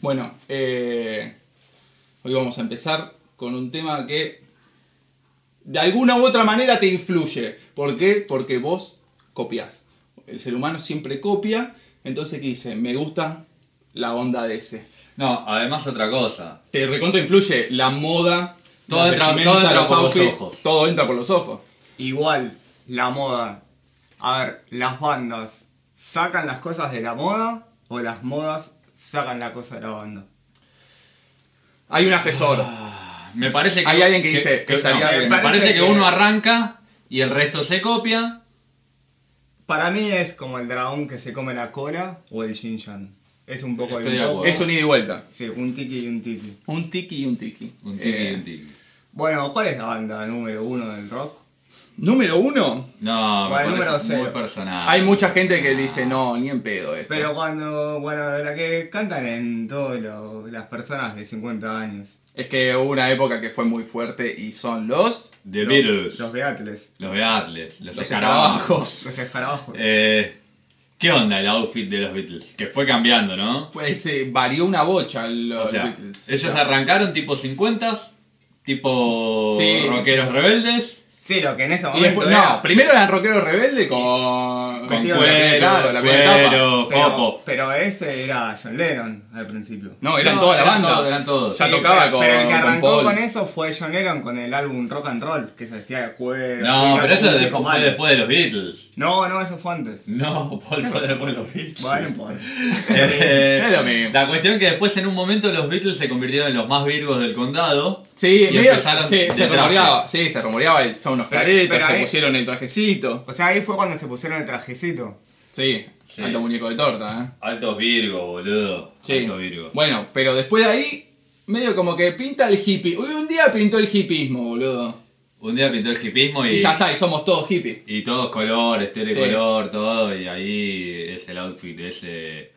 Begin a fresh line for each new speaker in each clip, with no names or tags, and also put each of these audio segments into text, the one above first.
Bueno, eh, hoy vamos a empezar con un tema que de alguna u otra manera te influye. ¿Por qué? Porque vos copias. El ser humano siempre copia. Entonces, ¿qué dice? Me gusta la onda de ese.
No, además otra cosa.
Te recontra influye la moda.
Todo
la
entra-
vestimenta,
todo entra por los ojos.
Todo entra por los ojos.
Igual, la moda. A ver, las bandas sacan las cosas de la moda o las modas sacan la cosa de la banda.
Hay un asesor.
Ah. Me parece que.
Hay alguien que dice que estaría
me
bien.
parece,
Parece
que
que-
uno arranca y el resto se copia.
Para mí es como el dragón que se come la cola o el Jin Yang. Es un poco
Estoy
un
de
poco.
acuerdo.
Es un ida y vuelta.
Sí, un tiki y un tiki.
Un tiki y un tiki.
Un tiki,
Eh,
un tiki.
Bueno, ¿cuál es la banda número uno del rock?
Número uno.
No, me
Bueno,
parece
número
muy
cero.
personal.
Hay mucha gente que dice, no, ni en pedo esto.
Pero cuando, bueno, la que cantan en todas las personas de 50 años.
Es que hubo una época que fue muy fuerte y son los...
The
Los-
Beatles.
Los
Los,
Beatles.
Beatles. Los,
Los
escarabajos.
escarabajos.
Los escarabajos.
Eh, ¿Qué onda el outfit de los Beatles? Que fue cambiando, ¿no?
Fue- se varió una bocha los
O sea,
Beatles.
ellos arrancaron tipo 50s, tipo
Sí.
rockeros rebeldes.
Sí, lo que en ese
Y
momento
después,
era-
no, primero eran rockeros rebelde con...
Con
Vestido
cuero,
de
primera- claro, la primera
cuero,
Pero,
jopo.
pero ese era John Lennon al principio.
No, eran
No,
toda la
eran
banda.
todos, eran todos.
Ya
Sí,
tocaba
pero,
con,
pero el que
con
arrancó
Paul.
con, eso fue John Lennon con el álbum Rock and Roll, que se vestía de cuero.
No,
así,
pero
era
eso
un
de-
chico
fue
malo.
después de los Beatles.
No, no, eso fue antes.
No, Paul fue después de los Beatles.
Bueno, pues.
Eh,
Es lo mismo.
La cuestión que después en un momento los Beatles se convirtieron en los más virgos del condado.
Sí,
y
medio-
empezaron
sí,
de
se
traje.
rumoreaba, sí, se rumoreaba, el- son unos
Pero-
caretas,
pero
se
ahí-
pusieron el trajecito.
O sea, ahí fue cuando se pusieron el trajecito.
Sí,
Sí.
alto muñeco de torta, ¿eh?
Altos virgos, boludo.
Sí.
Altos virgos.
Bueno, pero después de ahí, medio como que pinta el hippie. Uy, un día pintó el hippismo, boludo.
Un día pintó el hipismo y,
Y ya está, y somos todos hippies.
y todos colores,
Sí.
telecolor, todo. Y ahí es el outfit ese.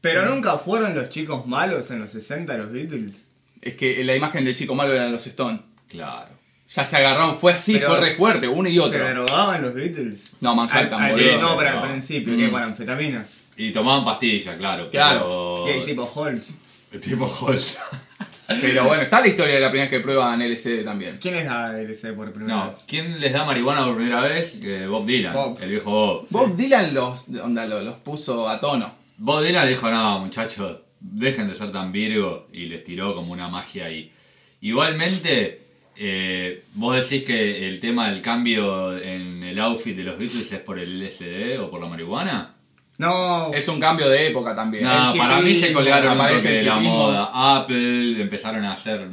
Pero nunca fueron los chicos malos en los 60 los Beatles.
Es que la imagen del chico malo eran los Stone.
Claro.
Ya se agarraron, fue así,
Pero-
fue re fuerte, uno y
Se
otro.
drogaban los Beatles.
No, Manhattan,
Al- al-
boludo.
No, pero
No.
al principio,
Mm.
que con anfetaminas.
Y tomaban pastillas, claro.
Claro.
pero-
Que tipo Holtz.
Tipo Holz.
Pero bueno, está la historia de la primera vez que prueban LSD también.
¿Quién es la LC por primera
No,
vez?
¿quién les da marihuana por primera vez? Eh, Bob Dylan,
Bob.
el viejo Bob.
Bob Dylan los, onda, los, los puso a tono.
Bob Dylan dijo, no, muchachos, dejen de ser tan virgo y les tiró como una magia ahí. Igualmente, eh, vos decís que el tema del cambio en el outfit de los Beatles es por el LSD o por la marihuana.
No,
Es un cambio de época también.
No,
El
para mí se
hippie,
colgaron un
Eh, aparece
toque de
el
la
hippismo.
moda. Apple empezaron a hacer,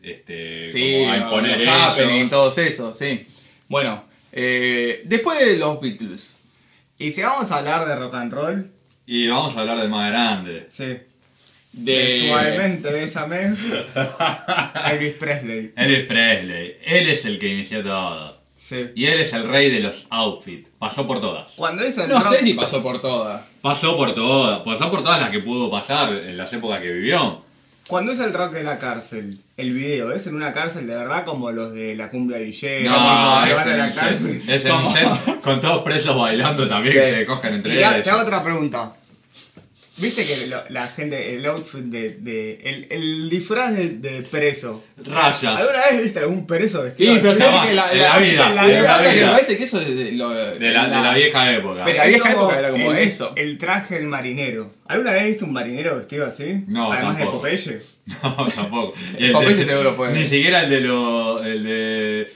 este,
Sí,
como a imponer
los Happening,
ellos.
todos esos, sí. Bueno, eh, después de los Beatles.
Y si vamos a hablar de rock and roll,
Y vamos a hablar de más grande.
sí.
De...
Suavemente bésame. Elvis Presley.
Elvis Presley, él es el que inició todo.
Sí.
Y él es el rey de los outfits. Pasó por todas.
Cuando hizo el
No
rock,
sé si pasó por todas.
Pasó por todas. Pasó por todas las que pudo pasar en las épocas que vivió.
cuando hizo el rock de la cárcel, el video es en una cárcel de verdad como los de Eh, la cumbia villera,
No,
cuando
es
van a
en
la
un set.
cárcel.
Es en un set con todos presos bailando también que
Sí.
se cogen entre
Y te hago-
ellos.
te hago otra pregunta. Viste que lo- la gente, el outfit de. de- el, el disfraz de, de preso.
Rayas.
¿Alguna vez viste algún preso
Sí,
vestido? de
pero
preso?
sabes
jamás,
que la,
de la vida,
la-
de
lo que
la
pasa es que
vida.
me parece que eso es de, lo-
De la,
Ah.
de la vieja época.
Pero- la
Es
vieja época era como
el,
eso.
El traje del marinero. ¿Alguna vez viste un marinero vestido así?
No,
Además
tampoco.
de Popeye.
No, tampoco. Y
Popeye seguro fue.
Ni siquiera el de los. El de.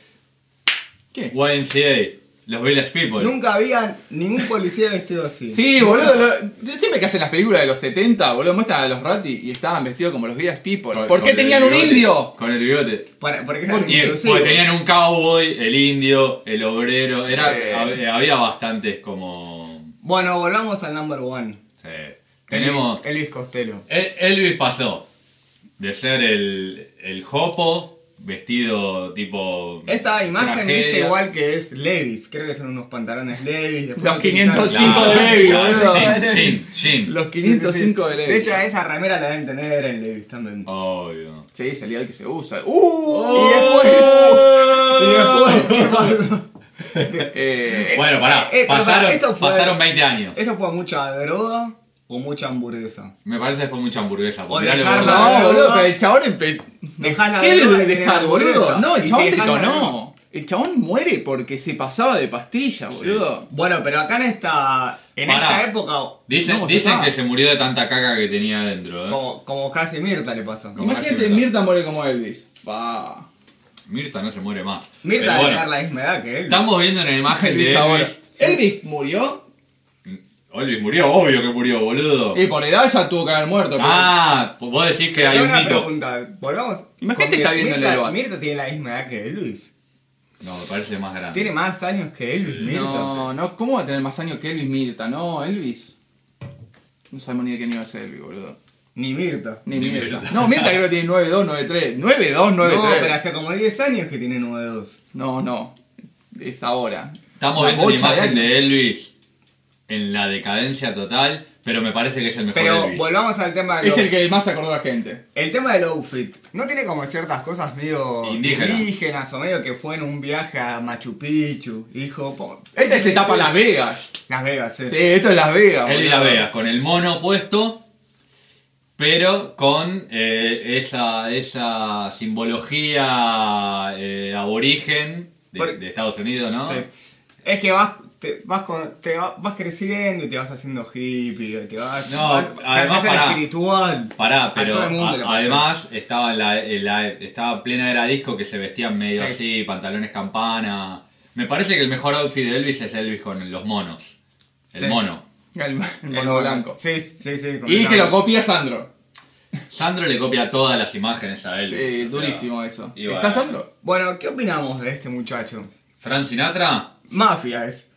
¿Qué?
YMCA. Los Village People.
Nunca había ningún policía vestido así.
Sí, boludo, lo- siempre que hacen las películas de los 70, boludo, muestran a los Ratty y estaban vestidos como los Villas People.
Con-
¿Por qué
con el
tenían un
bigote,
indio?
Con el bigote.
Para, porque eran
Y,
intrusivos.
porque tenían un cowboy, el indio, el obrero, era,
Eh.
hab- había bastantes como...
Bueno, volvamos al number one.
sí. Tenemos...
Elvis, Elvis Costello.
El- Eh, Elvis pasó de ser el, el jopo, vestido tipo...
Esta imagen
tragedia.
viste igual que es Levis. Creo que son unos pantalones Levis. después
Los
utilizan-
505 de Levi, boludo.
Jean, Jean, Jean.
Los
Sí, sí, sí.
505 de
De
Levi.
hecho, esa ramera la deben tener en Levis también.
Obvio.
Sí, es el día que se usa. ¡Uh! Y después. Y después. ¿qué pasó? Eh,
Bueno, pará,
Eh, pero pará,
pasaron,
esto fue-
pasaron 20 años.
Eso fue mucha droga o mucha hamburguesa?
Me parece que fue mucha hamburguesa. porque
O
dale,
dejarla-
gordo.
la
No, boludo,
verdad-
pero el chabón empezó.
Dejás la
¿Qué
droga
de
en
dejar,
la
boludo?
hamburguesa.
No, el
Y
chabón
si dejás
dijo
la-
no. El chabón muere porque se pasaba de pastilla, boludo.
Bueno, pero acá en esta, en
Pará.
esta época,
Dicen,
No, se
dicen
sabe.
que se murió de tanta caca que tenía adentro. ¿eh?
como, como casi Mirta le pasó.
Como-
Imagínate,
Mirta.
Mirta muere como Elvis. Fa.
Mirta no se muere más.
Mirta
Pero
debe
bueno,
tener la misma edad que él.
estamos viendo una imagen de
Elvis
Elvis.
ahora. Elvis murió
Elvis murió, obvio que murió, boludo.
y por edad ya tuvo que haber muerto. pero-
Ah, vos decís que hay
Pero
un
una
mito.
pregunta, volvamos.
Imagínate
Porque
está viendo el
Mirta,
Elba.
Mirta tiene la misma edad que Elvis.
No, me parece más grande.
Tiene más años que Elvis, Mirta.
No, no, ¿cómo va a tener más años que Elvis Mirta? No, Elvis. No sabemos ni de qué nivel es Elvis, boludo.
Ni Mirta.
Ni,
Ni
Mirta.
Mirta.
No, Mirta creo que tiene 92, 93. 92,
No,
93.
pero hace como 10 años que tiene 9-2.
No, no. Es ahora.
Estamos
Una
viendo una
bocha de
imagen
años.
de Elvis en la decadencia total, pero me parece que es el mejor
Pero
Elvis.
volvamos al tema del
Es el
outfit.
que más acordó a la gente.
El tema del outfit. ¿No tiene como ciertas cosas medio
Indígena.
indígenas o medio que fue en un viaje a Machu Picchu? Hijo, po-
Este se tapa Las Vegas.
Las Vegas, eh.
Sí, esto es Las Vegas.
Él y
boludo.
la vea, con el mono puesto, pero con eh, esa, esa simbología eh, aborigen de,
Por-
de Estados Unidos, ¿no?
Sí. Es que vas, te, vas, con- te va- vas creciendo y te vas haciendo hippie, y te vas,
No,
vas-
además,
te haces
pará.
espiritual.
Pará,
A
pero
todo el mundo le
a-
pasa.
además estaba en la, en la- estaba en plena era disco que se vestían medio
Sí.
así, pantalones campana. Me parece que el mejor outfit de Elvis es Elvis con los monos. El
Sí.
mono.
El, el mono blanco.
Sí, sí, sí.
Y que
completamente.
lo copia Sandro.
Sandro le copia todas las imágenes a Elvis.
Sí,
o sea,
durísimo eso.
y bueno.
¿Está Sandro?
Bueno, ¿qué opinamos de este muchacho?
Fran Sinatra.
Mafia es.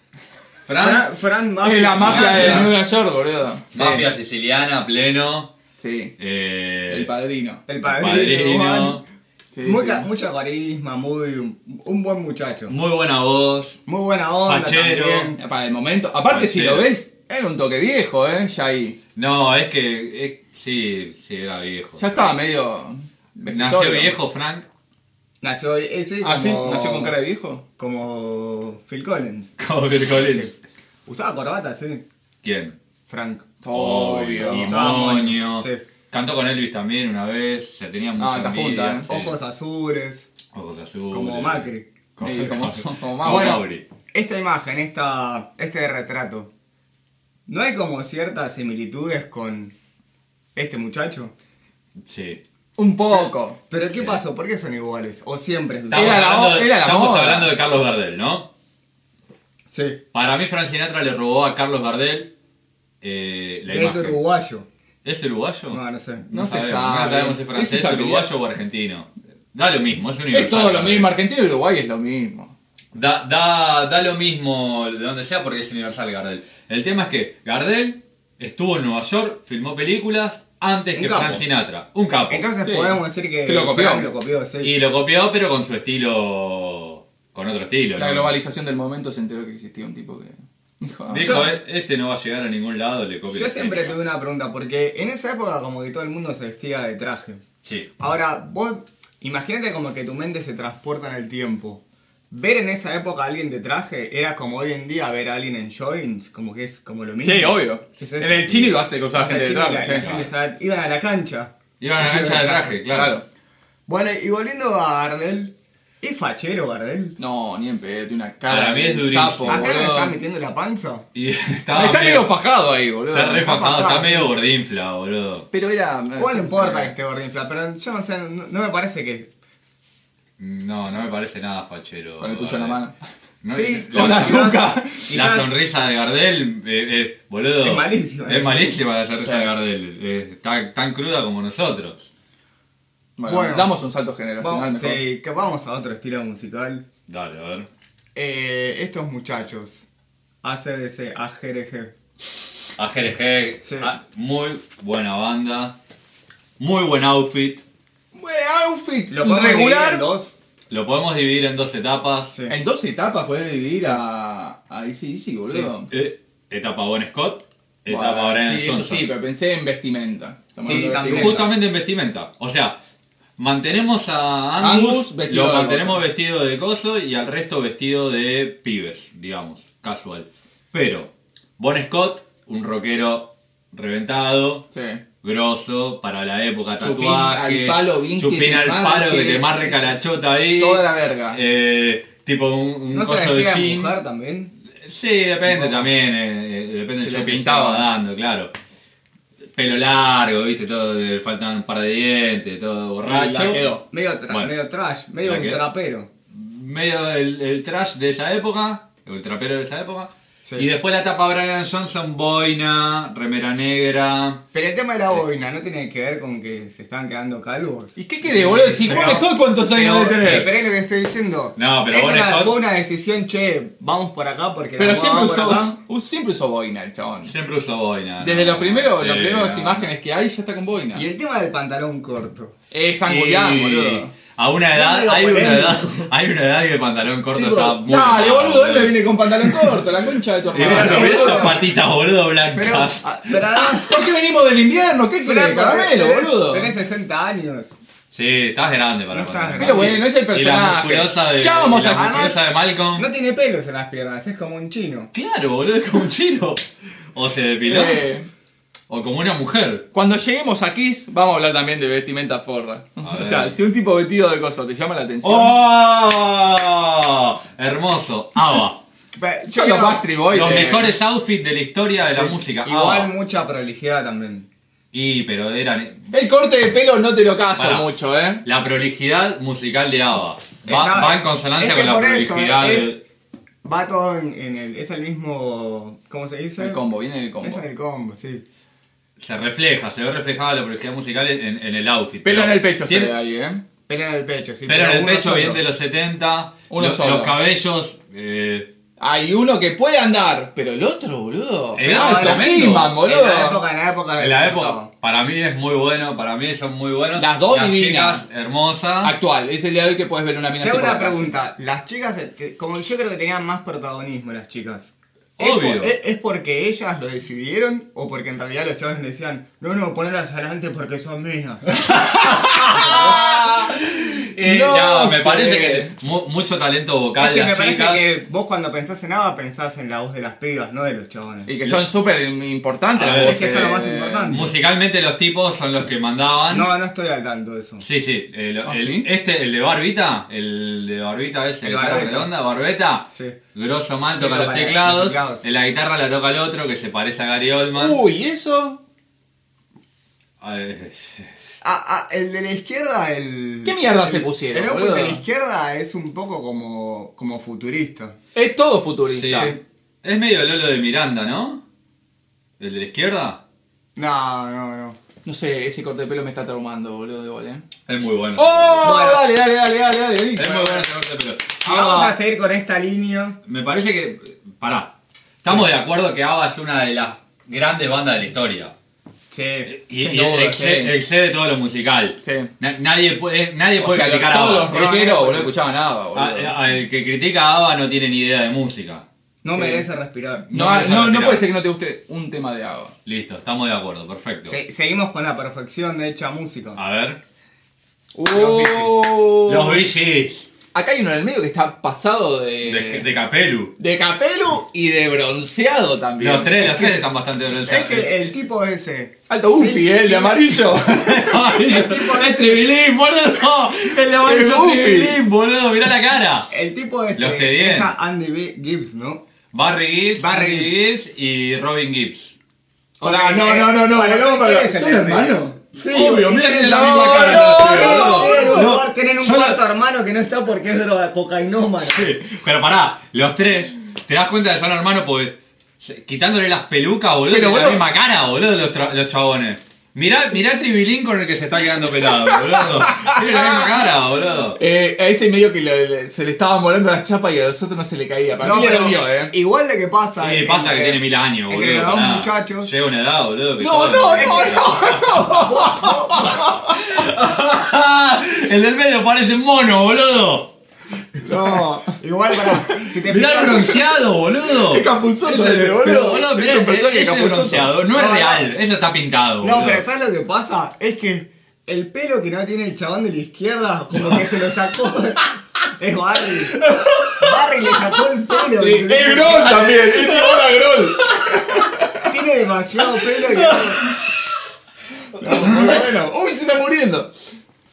Fran.
Fran, Fran Mafia.
Es la mafia
Mafia.
de Nueva York, boludo. Sí.
Mafia siciliana, pleno.
Sí.
eh,
El padrino.
El padrino.
padrino.
Sí,
Mucha,
sí.
mucha carisma, muy, un buen muchacho.
Muy buena voz.
Muy buena onda.
Fachero.
también.
Para el momento. Aparte, si lo
Cualquiera.
ves, era un toque viejo, ¿eh? Ya ahí.
No, es que. es- sí, sí, era viejo.
Ya estaba medio.
Nació
vegetorio.
viejo, Frank.
Nació ese como,
¿Ah, sí? ¿Nació con cara de viejo?
como Phil Collins.
Como Phil Collins.
Sí. Usaba corbata, sí.
¿Quién?
Frank.
Obvio.
Y
Usaba
Moño.
moño, sí.
Cantó con Elvis también una vez. Se tenía mucha
Ah, está
envidia,
junta, ¿eh?
sí.
Ojos azules,
Ojos azules.
como Macri.
Como,
Sí, como-
como-
como
como
Mauro.
Mauri.
Esta imagen, esta, este retrato, ¿no hay como ciertas similitudes con este muchacho?
Sí.
Un poco.
¿Pero qué
Sí.
pasó? ¿Por qué son iguales? ¿O siempre es
Estamos,
Era la
hablando,
o-
de,
era la
estamos
moda.
hablando de Carlos Gardel, ¿no?
Sí.
Para mí, Frank Sinatra le robó a Carlos Gardel eh, la
Que es
imagen.
uruguayo.
¿Es uruguayo?
No, no sé.
No se
sabemos,
sabe.
No sabemos si es
Ese
francés,
es habilidad.
uruguayo o argentino. Da lo mismo, es universal.
Es todo lo
también.
mismo. Argentina y Uruguay es lo mismo.
Da, da, da lo mismo de donde sea porque es universal Gardel. El tema es que Gardel estuvo en Nueva York, filmó películas antes
Un
que
capo.
Frank Sinatra. Un capo.
Entonces
Sí.
podemos decir que,
Que lo copió.
Frank lo copió, sí.
Y lo copió, pero con su estilo. con otro estilo.
La
¿no?
globalización del momento se enteró que existía un tipo que. Dijo, ah,
Dijo, "Eh, este no va a llegar a ningún lado, le copio.
Yo
la
siempre
estética".
tuve una pregunta, porque en esa época como que todo el mundo se vestía de traje.
Sí.
Ahora, vos, imagínate como que tu mente se transporta en el tiempo. Ver en esa época a alguien de traje era como hoy en día ver a alguien en joints, como que es como lo mismo.
Sí, obvio.
Es eso.
en el Chile lo hace cosas
O sea,
gente de
chicos, la-
traje,
la
sí.
gente estaba- Iban a la cancha.
Iban a la cancha de traje, claro.
Claro.
Bueno, y volviendo a Gardel, es fachero Gardel.
No, ni en pedo, tiene una cara.
Para mí es
de
durísimo.
sapo,
Acá le está
boludo.
metiendo la panza.
Y estaba
Está
medio-
medio fajado ahí, boludo.
Está re
Está
fajado, está
fajado,
medio gordinfla, boludo.
Pero era.
Igual no importa
este,
este que esté gordinfla, pero yo no sé, no, no me parece que...
No, no me parece nada fachero.
Con el pucho en la mano.
No,
sí,
la,
con la
sonrisa-
nuca.
la
quizás-
sonrisa de Gardel, eh, eh, boludo.
Ah. Es malísima.
Es malísima la sonrisa
Sí.
de Gardel. eh, tan, tan cruda como nosotros.
Bueno,
Bueno.
damos un salto generacional
Vamos,
mejor.
sí, que vamos a otro estilo musical.
Dale, a ver.
Eh, estos muchachos, ACDC, AGRG.
AGRG,
Sí.
ah, muy buena banda. Muy buen outfit.
Buen outfit
¿Lo podemos dividir en
regular.
dos?
Lo podemos dividir en dos etapas.
Sí.
En dos etapas podés dividir a, a Easy Easy, boludo.
Eh, etapa Bon Scott, etapa
Bueno,
Brian
sí, eso
Johnson.
sí, pero pensé en vestimenta. Estamos hablando
Sí,
de
también.
vestimenta.
Justamente en vestimenta. O sea, mantenemos a Angus,
Angus vestido
lo
de
mantenemos
coso.
vestido de coso y al resto vestido de pibes, digamos, casual. Pero, Bon Scott, un rockero reventado,
Sí.
grosso, para la época,
Chupín
tatuaje.
al palo, bien que
chupín
te
al
marque.
palo, que te marre calachota ahí.
Toda la verga.
Eh, tipo un, un
¿No se
coso de
vestía de
jean.
mujer también?
Sí, depende también, eh, eh,
Se
depende de
lo
yo que estaba
pintaba.
dando, claro. Pelo largo, viste, todo, le faltaban un par de dientes, todo borracho.
La quedó.
Medio, tra-
Bueno.
medio trash, medio
¿La
un
qué?
trapero.
Medio el, el trash de esa época, el trapero de esa época.
Sí.
Y después la tapa Brian Johnson, boina, remera negra.
Pero el tema de la boina no tiene que ver con que se están quedando calvos.
¿Y qué querés, boludo? Si
Pero-
Juan Scott, ¿cuántos años debe
pero-
tener?
Pero es lo que estoy diciendo.
No, pero
Esa
Bon
era-
Scott-
fue una decisión, che, vamos por acá porque
Pero
nos
siempre
vamos por
usó,
acá.
u- siempre usó boina el chabón.
Siempre uso boina.
Desde
¿no?
los primeros,
Sí,
las primeras
no.
imágenes que hay ya está con boina.
Y el tema del pantalón corto.
Es angular,
Y
boludo.
A una
No
edad,
digo
hay una
polémico.
edad, hay una edad que el pantalón corto
Tipo,
está muy.
Dale,
mal,
boludo, él le viene con pantalón corto, la concha de tu
Y bueno,
hermano.
pero
boludo.
esas patitas, boludo,
Pero,
blancas.
ah, pero además,
¿Por qué venimos del invierno? ¿Qué querés,
Franco,
caramelo,
tenés-
boludo?
Tenés 60 años.
Sí, estás grande para
No estás
contar.
grande.
Pero bueno, es el
Y la
personaje.
musculosa de,
Ya vamos
y la
a-
musculosa de Malcolm.
No tiene pelos en las piernas, es como un chino.
Claro, boludo, es como un chino. O se depiló.
Eh,
O como una mujer.
Cuando lleguemos a Kiss, vamos a hablar también de vestimenta forra.
A ver.
O sea, si un tipo vestido de cosas te llama la atención.
¡Oh! Hermoso. ABBA.
Pe-
Yo
creo-
los Backstreet Boys.
Los
eh,
mejores outfits de la historia de la música. ah.
Igual
ABBA.
mucha prolijidad también.
Y, pero eran.
El corte de pelo no te lo caso
Pará.
mucho, ¿eh?
La prolijidad musical de ABBA. Va,
Está-
va en consonancia
es que
con la
por eso,
prolijidad.
es-
de-
Va todo en, en el. Es el mismo. ¿Cómo se dice?
El combo, viene el combo.
Es en el combo, sí.
Se refleja, se ve reflejada la prolijidad musical en, en el outfit.
Pelo en
Pero
el pecho se
tiene-
ve ahí, ¿eh?
Pelo en el pecho, sí.
Pelo en el
uno
pecho,
solo.
bien de los 70.
Uno
los,
solo.
los cabellos. eh,
Hay uno que puede andar, pero el otro, boludo.
El
Ah,
otro
el
tremendo.
He-Man, boludo.
En la época, en la época
En
del
la
sexo.
época, para mí es muy bueno, para mí son muy buenos.
Las dos
Las
divinas.
chicas hermosas.
Actual, es el día de hoy que puedes ver una mina
Te hago
así por
una
la calle.
pregunta. Las chicas, eh, que- como yo creo que tenían más protagonismo las chicas. ¿Es,
Obvio.
por- es- es porque ellas lo decidieron o porque en realidad los chavales le decían, no, no, ponelas adelante porque son menos?
Eh,
No
no, me
sé.
parece que mu- mucho talento vocal
es que me
las
parece
chicas.
que vos cuando pensás en nada pensás en la voz de las pibas, no de los chabones.
Y que son súper importantes
A
las
ver,
voces.
es
que eso es lo más
de-
importante.
Musicalmente los tipos son los que mandaban.
No, no estoy al tanto de eso.
Sí, sí. el-
¿Ah,
el-
sí?
Este, el de Barbita, el de Barbita ese,
El
de cara
Barbeta.
redonda, Barbeta.
Sí.
Grosso mal
Sí,
toca
toca
los
los
teclados.
teclados. Uh.
En la guitarra la toca el otro que se parece a Gary Oldman.
Uy, eso.
Ay,
Ah, ah, el de la izquierda, el...
¿Qué mierda
el-
se pusieron,
El outfit
boludo?
de la izquierda es un poco como, como futurista.
Es todo
sí.
futurista.
Es medio Lolo de Miranda, ¿no? ¿El de la izquierda?
No, no, no.
No sé, ese corte de pelo me está traumando, boludo, igual, eh.
Es muy bueno.
¡Oh!
Bueno.
Dale, dale, dale, dale, dale. vení.
Es muy bueno ese corte de pelo.
Ah,
Si vamos a
Ava,
seguir con esta línea...
me parece que. Pará. Estamos de acuerdo que ABBA es una de las grandes bandas de la historia.
Sí.
Y,
Sin
y
duda,
excede,
sí.
excede todo lo musical.
Sí.
Na- nadie puede, nadie
O
puede
sea, que
criticar a
todos los
ABBA.
rockeros, boludo, escuchaban nada, boludo.
A- a- El que critica a ABBA no tiene ni idea de música.
No
Sí.
merece respirar.
no,
no,
no, no,
mentira.
puede ser que no te guste un tema de agua.
Listo, estamos de acuerdo, perfecto.
Se- seguimos con la perfección de hecha música.
A ver.
Oh.
Los VGs
Acá hay uno en el medio que está pasado de.
de, de Capelu.
de capelo y de bronceado también.
Los tres, los tres están bastante
Es
bronceados.
que el tipo ese.
Alto Goofy,
Sí,
eh, el
sí.
de amarillo.
Ay, es tribilín, boludo. El de
Es
amarillo es
Goofy.
tribilín, boludo. Mirá la cara.
El tipo este.
Los que bien.
Es a Andy B- Gibbs, ¿no?
Barry Gibbs,
Barry
Andy Gibbs y Robin Gibbs.
Hola,
Ok,
no,
eh,
no, no, no,
para,
volvamos
¿quién
para-
es el
¿Son
de
hermanos? Uh,
arriba? Sí.
Obvio, mirá que tienen la
No,
misma cara.
no,
los tres,
no,
boludo.
Tienen un
No,
cuarto- tienen un
son-
cuarto hermano que no está porque es droga cocainómano.
Sí, Pero pará, los tres, te das cuenta de son hermanos porque se- quitándole las pelucas, boludo,
Pero,
tienen la
boludo-
misma cara, boludo, los, tra- los chabones. Mirá, mirá Tribilín con el que se está quedando pelado, boludo. Tiene la misma cara, boludo.
Eh, a ese medio que le- le- se le estaban volando las chapas y a los otros no se le caía. Para
No,
mí le
pero
dolió, eh.
Igual lo que pasa. eh,
Sí,
entre-
pasa que tiene mil años, boludo.
Entre los dos
pará.
muchachos.
Llega una edad, boludo. que
No,
todo-
no, no, no.
el del medio parece un mono, boludo.
No, igual para. Si te
Mirá el
fijas-
bronceado, boludo.
Es Capuzoto
Ese-
ese, boludo.
boludo mirá,
Es un personaje
ese
Capuzoto.
bronceado no es
No, no.
real, eso está pintado.
No,
boludo.
pero ¿sabes lo que pasa? Es que el pelo que no tiene el chabón de la izquierda, como que se lo sacó. es Barry. Barry le sacó el pelo.
Sí,
¿entendés?
es Grol también, es igual a Grol.
Tiene demasiado pelo y eso-
Bueno, bueno. Uy, se está muriendo.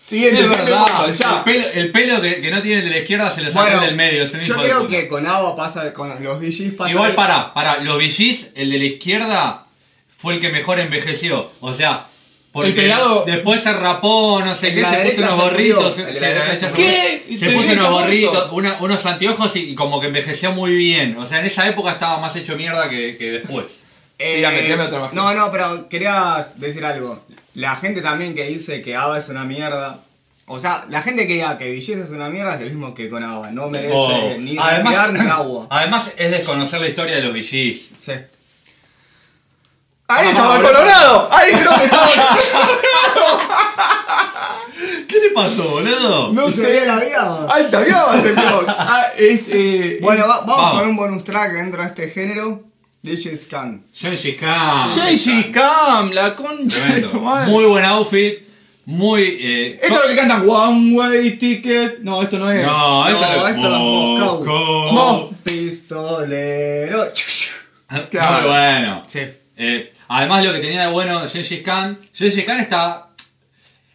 Siguiente,
Es
siguiente
verdad,
punto,
El
ya.
pelo, el pelo que, que no tiene el de la izquierda se le saca el del medio. Es un
yo
hijo de
creo
puta.
que con agua pasa, con los VGs pasa.
Igual para, para, los VGs, el de la izquierda fue el que mejor envejeció. O sea, porque
El pelado-
después se rapó, no sé
El
qué,
de la
se puso
derecha
unos
se murió,
gorritos.
el de la
se-
derecha
se-
se
¿Qué? ¿Y
Se
se
puso
murió
unos
todo
gorritos,
muerto?
una- unos anteojos y, y como que envejeció muy bien. O sea, en esa época estaba más hecho mierda que, que después.
Eh,
Tírame, tírame otra más.
No, no, pero quería decir algo. La gente también que dice que Ava es una mierda. O sea, la gente que diga que Villez es una mierda es lo mismo que con Ava. No merece
Oh,
ni
Ah,
Además,
respirar ni agua.
además es desconocer la historia de los VGs.
Sí.
Ahí estaba el
Vamos,
Colorado. Ahí creo que estaba.
¿Qué le pasó, boludo?
No
¿Y se veía
sé.
la vida?
Alta viaba ese blog. Ah, es. Eh,
Bueno, va- vamos,
Vamos.
con un bonus track dentro de este género. DJ Scan.
Gengis Khan.
JG Cam, la concha de
Tremendo.
tu madre.
Muy buen outfit. Muy. eh,
Esto es lo que cantan One Way Ticket. No, esto no es.
No, esto
No,
no,
esto es Moscou.
Moscou.
No.
Pistolero.
Muy
Claro.
bueno.
Sí.
Eh, además, lo que tenía de bueno Gengis Khan. Gengis Khan estaba.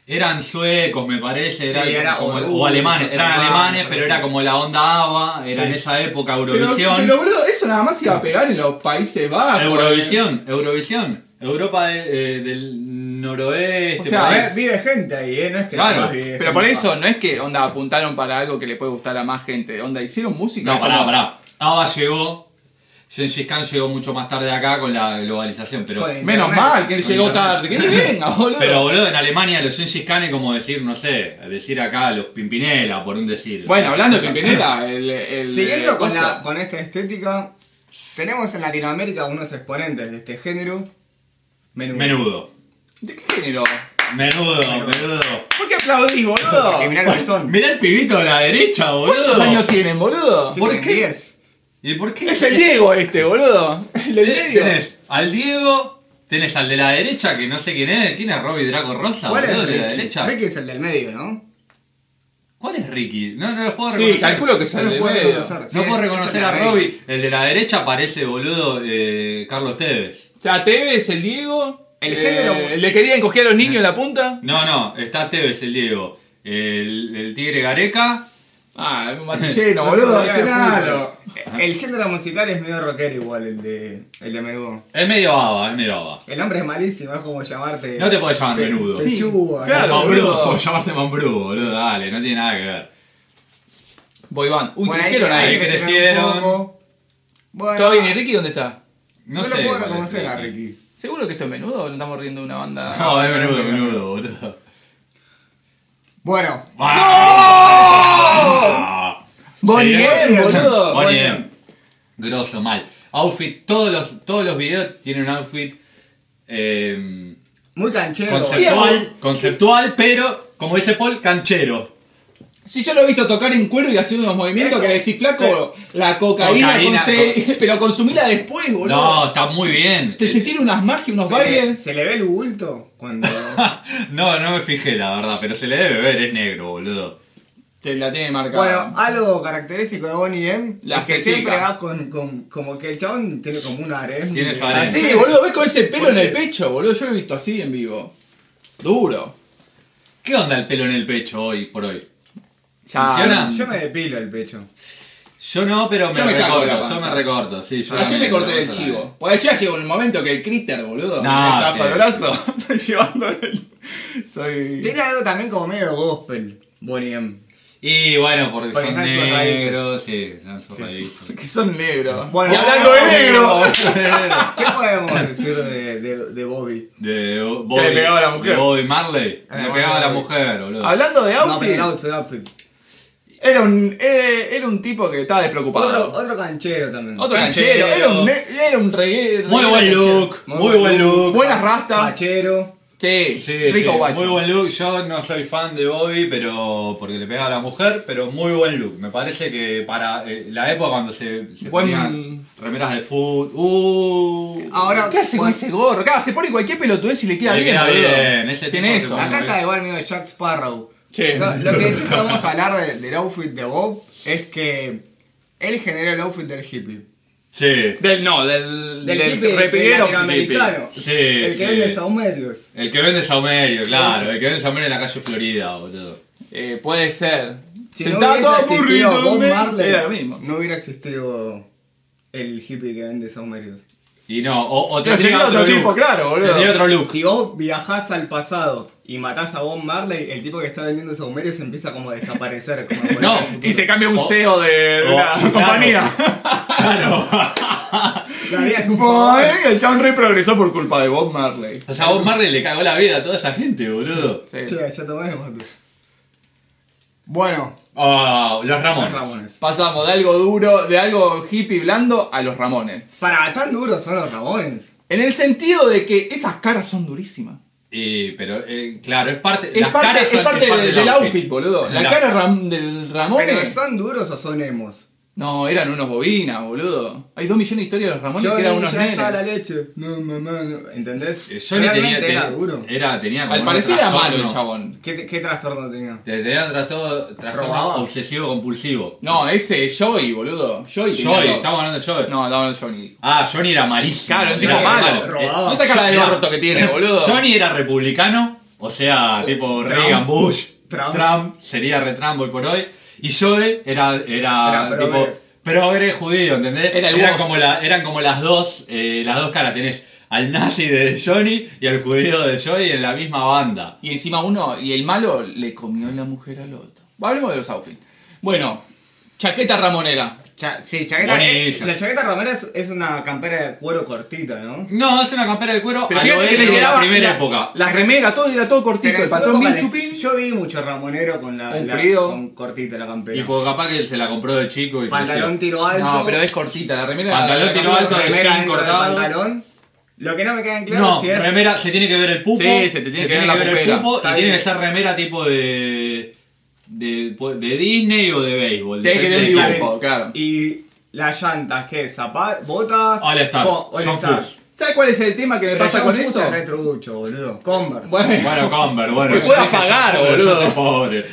Eran suecos, me parece,
Sí,
era
era
como-
o-
o, alemanes, eran
alemanes,
alemanes,
algo
pero
así.
era como la onda ABBA, era
Sí.
en esa época
pero,
Eurovisión.
pero, bro, eso nada más iba a pegar en los Países Bajos.
Eurovisión, Eurovisión, Europa de- eh, del noroeste.
O sea,
por ahí.
Vive- Vive gente ahí, ¿eh? No es que
Claro.
nomás vive
Pero por
gente.
eso no es que onda apuntaron para algo que le puede gustar a más gente. Onda, hicieron música.
No, pará,
como-
pará. ABBA llegó, Gengis Khan llegó mucho más tarde acá con la globalización, pero.
Con el
Menos
internet.
mal que él llegó tarde. Que venga, boludo.
Pero boludo, en Alemania los Gengis Khan es como decir, no sé, decir acá los Pimpinela, por un decir.
bueno, hablando de
Escucha.
Pimpinela, el. el eh,
Siguiendo
el
con,
coso.
la- con esta estética, tenemos en Latinoamérica unos exponentes de este género. Menudo.
Menudo.
¿De qué género?
Menudo, menudo.
¿Por qué aplaudís, boludo?
Porque mirá lo que son.
Mirá el pibito de la derecha,
¿Cuántos años
boludo.
tienen, boludo?
¿Por
Tienen
qué?
10.
¿Y por qué?
Es el Diego este, boludo. El del medio.
Tenés al Diego, tenés al de la derecha, que no sé quién es. ¿Quién es Robbie Draco Rosa,
¿Cuál
boludo,
es
de la
Ricky?
derecha?
Ricky es el del medio, ¿no?
¿Cuál es Ricky? No, no los puedo reconocer.
Sí, calculo que es
No
el
lo
del
puedo
medio.
reconocer.
No
Sí,
puedo
es-
reconocer
es el
a
de la
Robbie. El de la derecha parece, boludo, eh, Carlos Tevez.
O sea, Tevez, el Diego.
El
eh,
género-
¿Le querían coger a los niños en la punta?
No, no, está Tevez, el Diego. El, el Tigre Gareca.
Ah, un matillero,
No tengo
boludo.
idea de
llenalo.
fútbol. El género musical es medio rockero igual, el de, el de menudo.
Es medio baba, es medio baba.
El nombre es malísimo, es como llamarte.
No te podés llamar menudo.
Sí,
Pechuga,
claro,
¿no?
Mambrú,
boludo.
como llamarse Mambrú, boludo, dale, no tiene nada que ver.
Boy band. Uy,
Bueno,
¿qué hicieron ahí?
ahí
crecieron
crecieron.
un poco. Bueno,
¿Todo bien? ¿Y Ricky dónde está?
No,
no
sé.
lo puedo
cuál es
reconocer
ese.
a Ricky.
¿Seguro que esto es menudo o nos estamos riendo de una banda?
No, es menudo, menudo, boludo.
Bueno,
¡No!
Bonnie M, boludo.
Bonnie
Bonnie
M. Grosso, mal. Outfit, todos los, todos los videos tienen un outfit eh,
muy canchero.
conceptual, conceptual, pero, como dice Paul, canchero.
Si yo lo he visto tocar en cuero y haciendo unos movimientos que le decís flaco, la cocaína,
Cocaína,
con se- pero consumila después, boludo.
No, está muy bien. Eh,
Te se tira unas magias, unos
Se le,
bailes.
se le ve el bulto cuando.
No, no me fijé, la verdad, pero se le debe ver, es negro, boludo.
Te la tiene marcada.
bueno, algo característico de Bonnie M.
La
es que
estética.
siempre va con, con. Como que el chabón tiene como un harem.
Tiene su
de-
harem.
Así, boludo, ves con ese pelo en el pecho, boludo. Yo lo he visto así en vivo. Duro.
¿Qué onda el pelo en el pecho hoy por hoy?
Ah,
¿Funciona?
Yo me depilo el pecho.
Yo no, pero me
Yo me saco la
recorto,
panza.
yo me recorto, sí. Yo
Ayer me
también,
corté
me
el
corto
chivo. Porque ayer llegó el momento que el critter, boludo,
No,
me zapa
sí.
el brazo. Estoy llevando el. Soy.
Tiene algo también como medio gospel, Bonnie M.
la- Y bueno, porque
Porque
son
están sus raíces.
negros, sí, están sus raíces.
Que son negros.
Bueno,
y hablando de negro.
¿Qué podemos decir de, de- de Bobby?
De Bobby,
Que le pegaba a la mujer. Eh,
de Bobby Marley.
Ah,
le
bueno,
pegaba a la
Bobby.
mujer, boludo.
Hablando de
No, pero
outfit.
el outfit, outfit.
Era un, era, era un tipo que estaba despreocupado.
Otro,
Otro,
otro canchero también.
canchero.
canchero.
Era un, ne- era un reggae.
Muy
reggae
buen
canchero.
look, muy buen look.
Buenas rastas.
Fachero.
Sí,
Sí,
rico
sí,
guacho.
muy buen look. Yo no soy fan de Bobby, pero porque le pegaba a la mujer, pero muy buen look. Me parece que para eh, la época cuando se, se
Buen- Ah.
ponían remeras de fútbol. Uh,
Ahora,
¿Qué hace con
bueno,
ese gorro? Claro, se pone cualquier pelotudez y le queda
Le
bien,
queda
boludo.
bien, ese
Tiene
tipo
eso.
que-
Acá está igual medio Jack Sparrow.
Che.
Lo, lo que sí podemos hablar de- del outfit de Bob es que él generó el outfit del hippie.
Sí.
Del no, del,
Del,
del
hippie, del
repiguero
latinoamericano.
Sí,
el
sí.
que vende saumerios.
El que vende saumerio, claro. El que vende saumerio en la calle Florida, boludo.
hippie. Eh, puede ser.
Si
Sentado
no hubiera existido
aburrido,
Bob
me-
Marley,
era lo mismo.
No hubiera existido el hippie que vende saumerios.
Y no, o, o
Pero
tendría
sería
otro,
otro tipo,
look.
claro, boludo.
Tendría otro look.
Si vos viajás al pasado y matás a Bob Marley, el tipo que está vendiendo saumerios empieza como a desaparecer. como a
No,
volver al
Y se cambia un
O-
CEO de, de
o-
una
sí, claro.
compañía.
Claro.
futuro. La vida es un
Boy,
favor.
eh, el chabón re progresó por culpa de Bob Marley.
O sea, a Bob Marley le cagó la vida a toda esa gente, boludo.
Sí.
Che, ya tomé mate. Bueno,
Oh, los Ramones.
los Ramones.
Pasamos de algo duro, de algo hippie blando a los Ramones.
Para, tan duros son los Ramones.
En el sentido de que esas caras son durísimas.
Y, pero, eh, claro, es parte.
Es
las
parte,
caras
es
son-
parte de- del, outfit, boludo. La,
La-
cara ram- del Ramones.
Pero son duros o son emos.
No, eran unos bobinas, boludo. Hay dos millones de historias de los Ramones que
Johnny
eran unos
ya
nenes.
estaba la leche. No, mamá, no. ¿Entendés?
Eh, Johnny tenía,
Realmente
tenía-
era duro.
era- tenía como
Al
un
parecer era malo el
trastorno.
chabón.
¿Qué, ¿Qué trastorno tenía?
Te- Tenía un trastorno, trastorno
Robaba.
obsesivo compulsivo.
No, ese es Joey, boludo. Joey. tenía
Joy,
dos.
estamos hablando de Joy.
No, estaba hablando de Johnny.
Ah, Johnny era malísimo.
Claro, un
era
tipo malo.
Eh,
Robado.
No esa cara de
Mirá,
gordo que tiene, boludo.
Johnny era republicano, o sea, tipo
Trump.
Reagan Bush,
Trump.
Trump, sería retrambo hoy por hoy. Y Joey era, era,
Era progre.
tipo progre judío, ¿entendés?
Era el
eran,
boss.
como la- eran como las dos, eh, las dos caras, tenés al nazi de Johnny y al judío de Joey en la misma banda.
Y encima uno, y el malo le comió la mujer al otro. Hablemos de los outfits. Bueno, chaqueta ramonera.
Cha- sí, chaqueta. eh,
Buenísimo.
la chaqueta ramera es, es una campera de cuero cortita, ¿no?
No, es una campera de cuero
Pero
a lo
fíjate que
de
le
la
quedaba
primera
la-
época.
La remera, todo era todo cortito.
Pero
El
fue
patrón
como
bien
la-
chupín.
Yo vi mucho ramonero con la,
Un
la-
frío.
con cortita la campera.
Y porque capaz que él se la compró de chico y creció.
pantalón tiro alto.
No, pero es cortita. La remera.
Pantalón
la-
tiró alto. de
remera
jean
dentro del
cortado.
pantalón. Lo que no me queda en claro
No,
si es
remera, se tiene que ver el pupo.
Sí, se te tiene que ver la
el
pupera.
pupo
Está
y tiene
bien.
que ser remera tipo de. de, de Disney o de béisbol.
Tiene que
depende
tener un
de
dibujo.
quién.
claro.
Y las llantas, ¿qué? Zapatos, botas.
All Star,
Co- All
John
Star.
Fuss.
¿Sabes cuál es el tema que me
Pero
pasa
John
con
Fuss
eso?
es retrucho, boludo. Converse.
Bueno,
Bueno, Conver, bueno.
Que
yo
pueda
dije,
pagar,
yo soy pobre, yo
boludo.
soy pobre.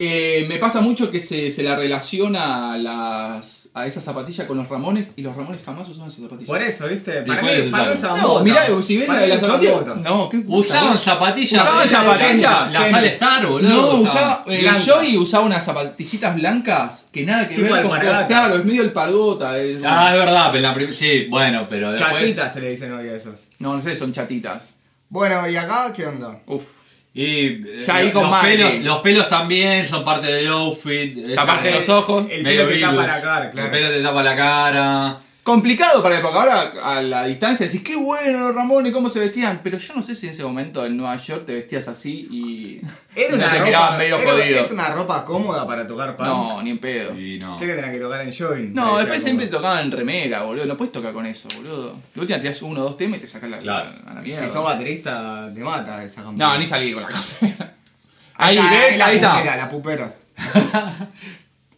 eh, me pasa mucho que se, se la relaciona a, las, a esa zapatilla con los Ramones y los Ramones jamás usaban esa zapatilla.
Por eso, ¿viste?
¿Y
Para mí,
cuáles
para mí
usaron?
usaban
No,
botas.
mirá, si ven
Para
la de
mí
las
usaban
zapatillas.
botas.
No, qué
Usaban zapatillas.
Usaban
de-
zapatillas.
Las All Star, boludo.
No,
usaban.
usaba. eh,
Blancas.
Joey usaba unas zapatillitas blancas que nada que
Tipo
ver con.
alpargata.
Claro, es medio el pargota. eh. es-
Ah, es verdad, pero la prim- Sí, bueno, pero después.
Chatitas se le dicen hoy a esos.
No, no sé, son chatitas.
Bueno, ¿y acá qué onda?
Uf.
Y eh,
Ya ahí
los,
con Macri.
pelos, los pelos también son parte del outfit. es-
Capaz que
eh,
los ojos.
El
medio
pelo te tapa
virus.
la cara, claro.
El pelo te tapa la cara.
Complicado para la época. Ahora a la distancia decís, qué bueno los Ramones, cómo se vestían. Pero yo no sé si en ese momento en Nueva York te vestías así y.
Era
no
una
te
ropa,
miraban medio
era-
jodido.
Es una ropa cómoda para tocar pan.
No, ni en pedo.
Y no.
¿Qué que tenés que tocar en jogging?
No,
Para
después
que sea
siempre
cómodo.
tocaban remera, boludo. No puedes tocar con eso, boludo. De última tirás uno o dos temas y te sacas la,
Claro.
a la mierda.
Si sos baterista, te mata esa campera.
No, ni salir con la campera. Ahí,
Ah,
¿ves?
la
Ahí
pupera,
está.
la pupera.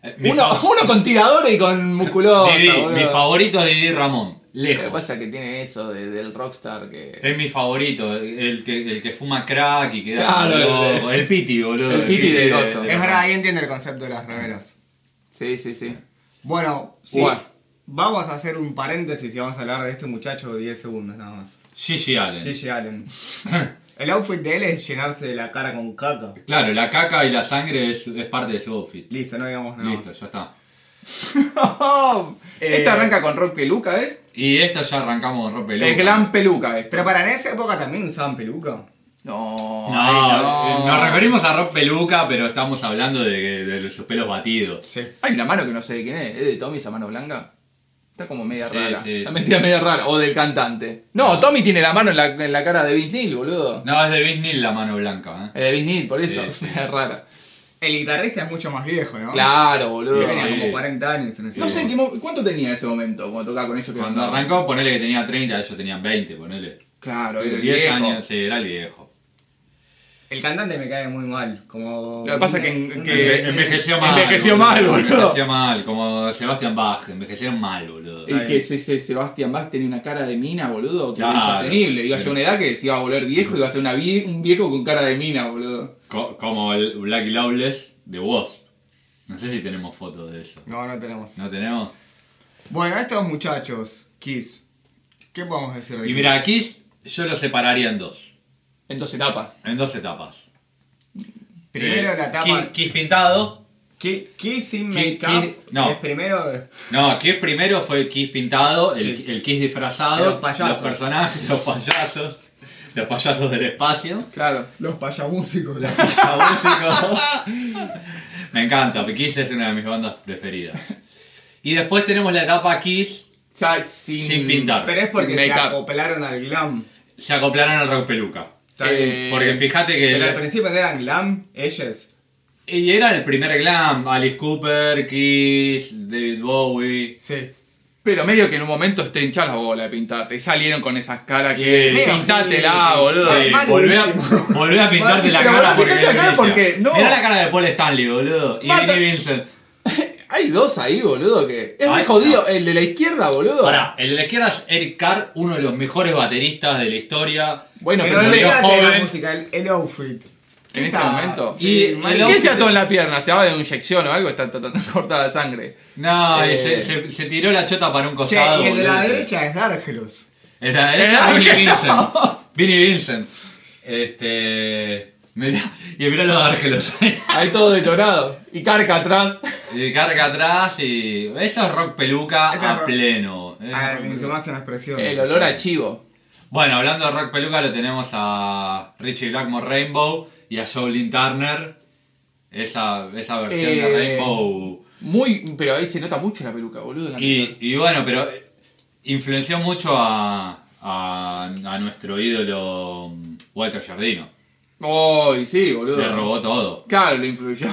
Eh, mi
Uno,
fa-
uno con tiradores y con musculosa,
Didi,
boludo.
mi favorito es Didi Ramón.
Lo que
Lejos.
pasa es que tiene eso de- del rockstar que...
Es mi favorito, el que, el que fuma crack y queda
Claro, el-
loco. El, piti, boludo.
el piti de gozo.
Es verdad, ahí entiende el concepto de las remeras.
Sí, sí, sí.
Bueno, sí.
Bueno.
Vamos a hacer un paréntesis y vamos a hablar de este muchacho 10 segundos nada más.
Gigi Allen.
Gigi Allen. El outfit de él es llenarse de la cara con caca.
Claro, la caca y la sangre es, es parte de su outfit.
Listo, no digamos nada
Listo,
más.
ya está.
Eh,
Esta Este arranca con rock peluca, ¿es?
Y esta ya arrancamos con ropa
El glam peluca, esto.
Pero para en esa época también usaban peluca.
No,
No,
ay,
eh, nos referimos a Rob Peluca, pero estamos hablando de, que- de sus pelos batidos.
Sí.
Hay una mano que no sé de quién es. ¿Es de Tommy esa mano blanca? Está como media
Sí,
rara.
sí,
está
sí.
metida media rara. O del cantante. No, Tommy tiene la mano en la, en la cara de Vince Neil, boludo.
No, es de Vince Neil la mano blanca, ¿eh?
Eh, de Vince Neil, por eso.
Sí, sí.
Es rara.
El guitarrista es mucho más viejo, ¿no?
Claro, boludo.
Tenía
Sí.
como 40 años en ese
No sé en
momento.
qué mo- cuánto tenía en ese momento cuando tocaba con ellos. que
Cuando
eran-
arrancó, ponele que tenía 30, ellos tenían 20, ponele.
Claro, era el
10
viejo.
años, sí, era el viejo.
El cantante me cae muy mal. Como.
Lo que pasa es que-
un-
que-
Enve- envejeció mal.
envejeció mal, boludo.
Envejeció mal, como Sebastian Bach, envejecieron mal, boludo.
Y que ese, ese Sebastián Bach tenía una cara de mina, boludo, que era
Claro.
insostenible. Iba a
Sí.
llegar una edad que se iba a volver viejo y iba a ser una vie- un viejo con cara de mina, boludo.
Co- como el Black Lawless de Wasp. No sé si tenemos fotos de eso.
No, no tenemos.
¿No tenemos?
Bueno, estos muchachos, Kiss, ¿qué podemos decir de
Y
Kiss?
mira, aquí yo lo separaría en dos.
En dos etapas.
En dos etapas.
Primero
Eh,
la
Kiss,
etapa.
Kiss pintado.
Ki- Kiss sin
Ki-
make-up.
Kiss- no.
Es primero. de-
No, Kiss primero fue el Kiss pintado, el,
Sí.
el Kiss disfrazado,
Los payasos.
personajes, los payasos, los payasos del espacio.
Claro.
Los payamúsicos.
Sabusico. Me encanta, Kiss es una de mis bandas preferidas. Y después tenemos la etapa Kiss,
Ya sin,
Sin pintar.
Pero es porque se
Make-up.
acoplaron al glam.
se acoplaron al rock peluca.
Está bien.
Eh,
Porque fíjate que
Pero al
era-
principio eran glam, ellas.
y era el primer glam, Alice Cooper, Kiss, David Bowie.
Sí.
Pero medio que en un momento te hinchas la bola de pintarte. Y salieron con esas caras que.
Sí.
Pintatela, boludo.
Eh, Sí,
malísimo.
volvé a, volvé a pintarte la
Malísimo,
cara
volvé a
porque,
pintarte la cara porque no.
Mirá la cara de Paul Stanley, boludo. Y
Vas a-
Vinnie Vincent.
Hay dos ahí, boludo, que. Es
Ay,
re jodido. El de la izquierda, boludo.
Pará, el de la izquierda es Eric Carr, uno de los mejores bateristas de la historia.
Bueno,
pero
pero,
no
murió
mira,
olvídate de la
joven.
música, el, el outfit.
En este
Quizá-
momento.
Y-
Sí,
y
mal-
el
¿Qué
outfit-
se ató en la pierna? ¿Se va de una inyección o algo? Está tan cortada de sangre.
No, y
Eh.
se, se- se tiró la chota para un
Che,
costado.
y el de la
boludo.
derecha es Dargelos.
El de la derecha
El
es
de la
Vinnie
derecha,
Vincent. Vinnie Vincent. Este. Mirá, y mirá los ángeles.
Ahí todo detonado. Y carca atrás.
y carga atrás y. Eso es rock peluca
Este es
a
rock-
pleno. Es
Ah,
rock peluca.
mencionaste una expresión.
El olor a chivo.
Bueno, hablando de rock peluca, lo tenemos a Richie Blackmore Rainbow y a Jolene Turner. Esa, esa versión de
Eh,
Rainbow.
Muy. Pero ahí se nota mucho la peluca, boludo. en la
Y,
pintura.
y bueno, pero eh, influenció mucho a, a, a nuestro ídolo mm, Walter Jardino.
Oh, y sí, boludo.
Le robó todo.
Claro, lo influyó.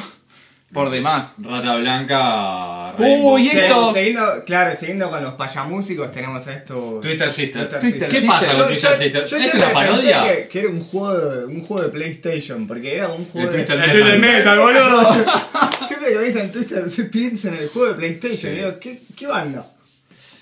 Por demás.
Rata Blanca.
Uy,
Rainbow.
y esto.
Siguiendo, claro, siguiendo con los payamúsicos tenemos a estos...
Twister Sister.
Twister
Sister.
¿Qué
Sister.
pasa con Twister Sister?
yo
¿Es
siempre
una parodia?
pensé Que, que era un juego, de, un juego de PlayStation, porque era un juego
De Twister
Estoy del metal, boludo.
Siempre que me dicen Twister, se piensa en el juego de PlayStation. Y digo, ¿qué, qué banda?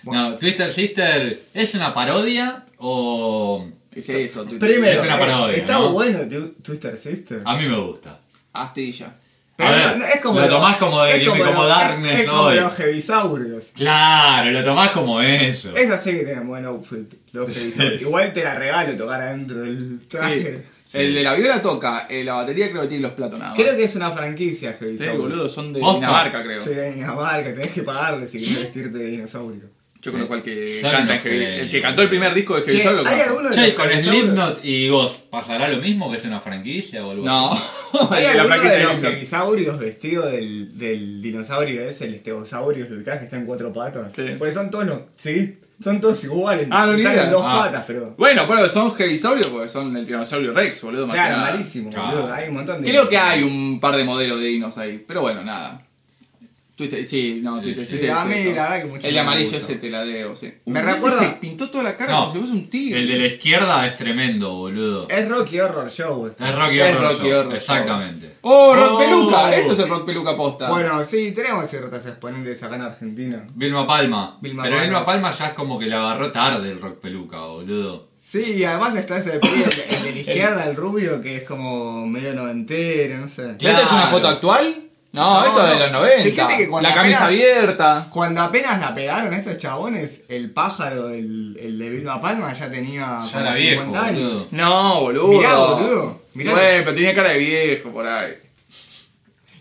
No, Twister Sister, ¿es una parodia o.?
Es eso, Twitter.
Primero, eh,
Es una parodia,
está
¿no?
bueno tu- Twister Sister.
A mí me gusta.
Astilla.
Pero
A ver,
no- no, es como
lo
los-
tomás como de-
es
como
los-
Darkness
es como
hoy.
los Heavisaurios.
Claro, lo tomás como eso.
Esa sí que tiene buen outfit, los Heavisaurios. Igual te la regalo tocar adentro del traje.
Sí. El de la viola toca, eh, la batería creo que tiene los platonados.
Creo que es una franquicia Heavisaurios.
Sí, boludo, son de
Posta.
Dinamarca, creo.
Soy de Dinamarca, tenés que pagarle si querés vestirte de dinosaurio.
Yo conozco al que
Son
canta
unos
Heavy-
genios.
el que cantó el primer disco de Heavy
Che,
Solo.
¿hay alguno de
Che,
los
con
dinosaurios-
Slipknot y Ghost, ¿pasará lo mismo que es una franquicia o algo
No,
así?
el
¿Hay
de la
alguno
franquicia
de
de
los
Lincoln.
dinosaurios vestido del, del dinosaurio ese, el estegosaurio, lo ubicás que está en cuatro patas?
Sí.
Porque son todos, los- sí, son todos iguales.
Ah, no, ni
están
idea.
en dos
Ah.
patas, pero...
Bueno, pero son Heavisaurios porque son el Tiranosaurio Rex, boludo. más que
Claro,
nada.
malísimo,
Claro.
boludo, hay un montón de...
Creo que hay un par de modelos de dinos ahí, pero bueno, nada. Twitter, sí, no, Twitter,
Sí,
sí, te-
a
sí,
mí
no.
la verdad que mucho
El
no me
amarillo
gusta.
ese te la debo, sí.
Me
Ese
recuerda-
Se pintó toda la cara
No,
como si fuese un tigre.
El de la izquierda es tremendo, boludo.
Es Rocky Horror Show. esto.
Es Rocky
Es
Horror
Rocky
Show,
Horror
Exactamente.
¡Oh, Rock
Oh.
Peluca! Esto es el Rock Peluca posta.
Bueno, sí, tenemos ciertos exponentes acá en Argentina.
Vilma Palma.
Vilma
Pero
Palma.
Vilma Palma ya es como que la agarró tarde el rock peluca, boludo.
Sí, y además está ese pibe, el- el de la izquierda, el rubio, que es como medio noventero, no sé.
¿Esta es una
claro.
foto actual? No,
No,
esto es de
no.
los 90.
Fíjate que cuando
la camisa
apenas-
abierta.
Cuando apenas la pegaron estos chabones, el pájaro, el, el de Vilma Palma, ya tenía
Ah,
Ya
como
era viejo,
50 años.
boludo.
No, boludo.
Mirá, boludo, mirá.
Bueno, pero tenía cara de viejo por ahí.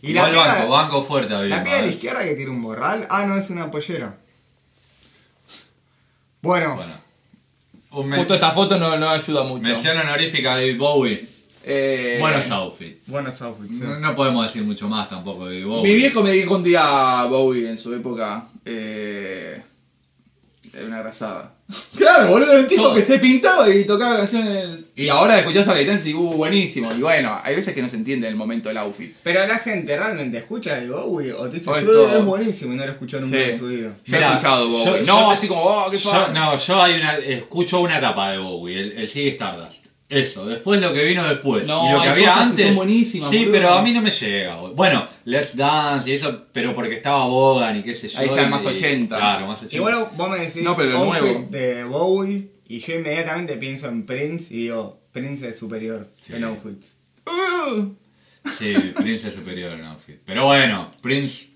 Y la
Igual
piba,
banco, banco fuerte a Vilma.
la piba de la
eh.
izquierda que tiene un borral, ah, no, es una pollera. Bueno,
Bueno. Un men-
Justo esta foto no, no ayuda mucho.
mención honorífica a David Bowie.
Eh,
Buenos outfits.
buenos outfits. sí.
No, no podemos decir mucho más tampoco de David Bowie.
Mi viejo me dijo un día Bowie en su época. Eh, era una grasada. Claro, boludo, era un tipo
Todo.
que se pintaba y tocaba canciones.
Y-
Y, ahora escuchás a Gaitán y digo, uh, buenísimo. Y bueno, hay veces que no se entiende el momento del outfit.
Pero la gente realmente escucha el Bowie o te dice,
O
"Yo,
esto-
es buenísimo y no lo escuchó nunca
Sí.
en su vida.
Yo
Mirá,
he escuchado Bowie.
yo-
no,
yo-
así como, oh, qué
Yo,
fan.
no, yo hay una, escucho una etapa de Bowie, el, el Sigue Stardust. Eso, después lo que vino después.
No,
y lo que
hay
había
cosas que
antes.
son buenísimas,
sí,
boludo.
pero a mí no me llega. boludo. Bueno, Let's Dance y eso, pero porque estaba Bogan y qué sé yo.
Ahí ya
y-
más
y-
80.
Claro, más 80.
Igual vos me decís
No, pero el
outfit
nuevo.
de Bowie y yo inmediatamente pienso en Prince y digo, Prince es superior
Sí.
en outfits.
Uh.
Sí, Prince es superior en outfit. Pero bueno, Prince.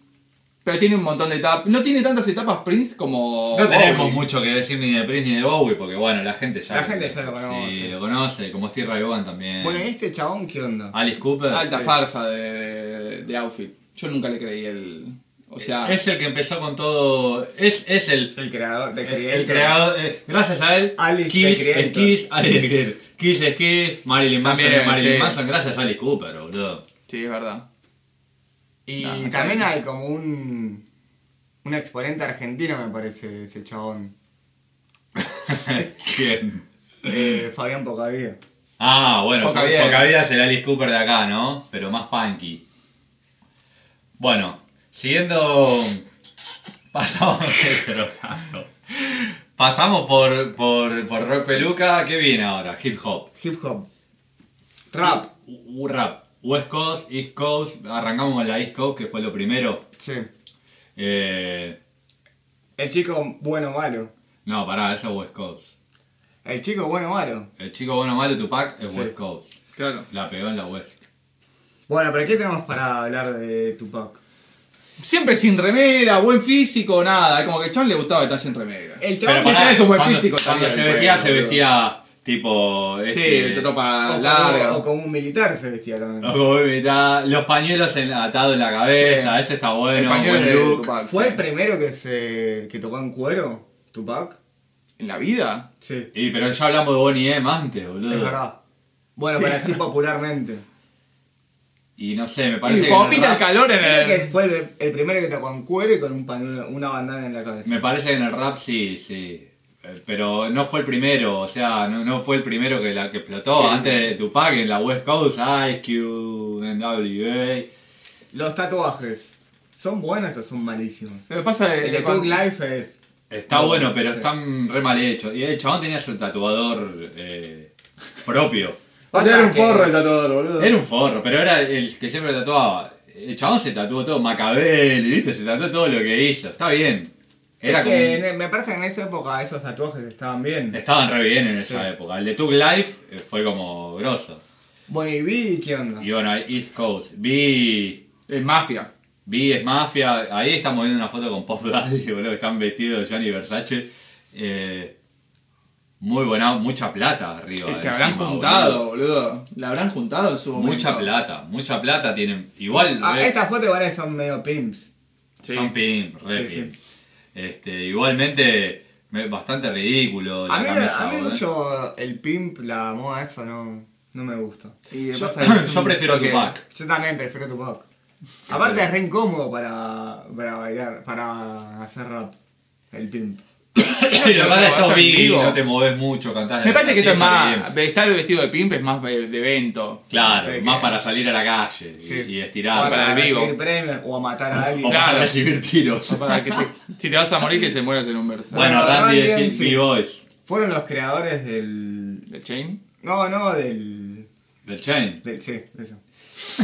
Pero tiene un montón de etapas. No tiene tantas etapas Prince como.
No tenemos
Oh, Bowie.
mucho que decir ni de Prince ni de Bowie, porque bueno, la gente ya,
La gente ya lo conoce.
Sí, lo conoce, como Steve Ray Vaughan
Eh.
también.
Bueno, ¿y este chabón qué onda?
Ah,
Alice Cooper.
Alta
Sí.
farsa de, de- de outfit. Yo nunca le creí el. O sea.
Es el que empezó con todo. Es, es el,
El creador de
el,
Creator.
el creador. eh, gracias a él,
Alice
Kiss
the
es
Creator.
Kiss, Alice the Creator. Kiss es Kiss, Marilyn Manson
También,
es Marilyn
sí.
Manson, gracias a Alice Cooper, boludo.
Sí, es verdad.
Y
No, Ah, está
también
bien.
hay como un. Un exponente argentino, me parece, ese chabón.
¿Quién?
Eh, Fabián Pocavía.
Ah, bueno,
Poca
Poca
vida.
Vida es el Alice Cooper de acá, ¿no? Pero más punky. Bueno, siguiendo. Pasamos qué drogazo. Pasamos por, por, por rock peluca. ¿Qué viene ahora? Hip hop.
Hip hop. Rap.
U- u- rap. West Coast, East Coast. Arrancamos con la East Coast, que fue lo primero.
Sí.
Eh,
El chico bueno malo.
no, pará, eso es West Coast.
El chico bueno malo.
El chico bueno malo Tupac es
Sí.
West Coast.
Claro.
La pegó en la West.
Bueno, pero ¿qué tenemos para hablar de Tupac?
Siempre sin remera, buen físico, nada. Como que a John le gustaba estar sin remera.
El
Pero
chabón.
pará, tenés un buen
cuando,
físico,
cuando
estaría
se
bien,
vestía,
bueno,
se
boludo.
vestía tipo.
Sí,
este,
tropa
o
Ah, larga.
Como, o como un militar se vestía
los
también.
gobitas, Los pañuelos en- atados en la cabeza,
Sí.
ese está
El
bueno,
pañuelo
buen
de
look.
Tupac,
¿Fue
sí.
el primero que se. que tocó en cuero? ¿Tupac?
¿En la vida?
Sí.
Y pero ya hablamos de Bonnie M antes, boludo.
Es verdad. Bueno,
Sí.
para así popularmente.
Y no sé, me parece
Y
que. en
como
el
pinta el
rap-
calor en
Creo que
el.
fue el, el primero que tocó en cuero y con un pañuelo, una bandana en la cabeza.
Me parece que en el rap sí, sí. Eh, Pero no fue el primero, o sea, no, no fue el primero que la que explotó. Antes de Tupac en la West Coast, Ice Cube, NWA.
Los tatuajes. ¿Son buenos o son malísimos?
Lo que pasa es
El de
que. Eh,
Tug
cuando-
Life es.
Está
No,
bueno, pero
sí.
están re mal hechos. Y el chabón tenía su tatuador eh, propio.
O sea, era un
Pasa que-
forro el tatuador, boludo.
Era un forro, pero era el que siempre tatuaba. El chabón se tatuó todo, Macabel, ¿viste? Se tatuó todo lo que hizo. Está bien. Era
es
como...
que en- me parece que en esa época esos tatuajes estaban bien.
Estaban re bien en esa
Sí.
época. El de Tug Life eh, fue como grosso.
Bueno, y vi, ¿qué onda?
Y bueno, East Coast. Vi...
Es mafia.
Vi es Mafia. Ahí estamos viendo una foto con Pop Daddy, boludo. que Están vestidos de Johnny Versace. Eh, muy buena, mucha plata arriba.
Es que habrán
encima,
juntado, boludo. La habrán juntado en su momento.
Mucha plata, mucha plata tienen. Igual
Ah,
re-
estas fotos igual son medio pimps.
Sí.
son pimp, re
Sí, sí.
pimp. Este, igualmente, me- bastante ridículo. la
A mí, me-
camisa,
a mí
boludo.
mucho el pimp, la moda esa no, no me gusta.
Y
Yo,
pasa que es
yo
un
prefiero
toque-
Tupac.
Yo también prefiero Tupac. Aparte es re incómodo para, para bailar, para hacer rap. El pimp.
Y la verdad
pero
sos
basta
big,
vivo.
no te moves mucho, cantás. de
Me parece que esto es
casita,
más.
bien.
Estar vestido de pimp es más de de evento.
Claro,
Sí,
más
que-
para salir a la calle y-
Sí.
y estirar.
Ahora, para el vivo.
recibir premios o a matar a
o
alguien.
Claro.
para recibir tiros.
O para que te- si te vas a morir, que se mueras en un verso.
Bueno,
Bueno,
Randy
Randy
es
MC.
B-Boys
Fueron los creadores del...
¿De Chain?
No, no, del...
del Chain.
del- sí, de eso.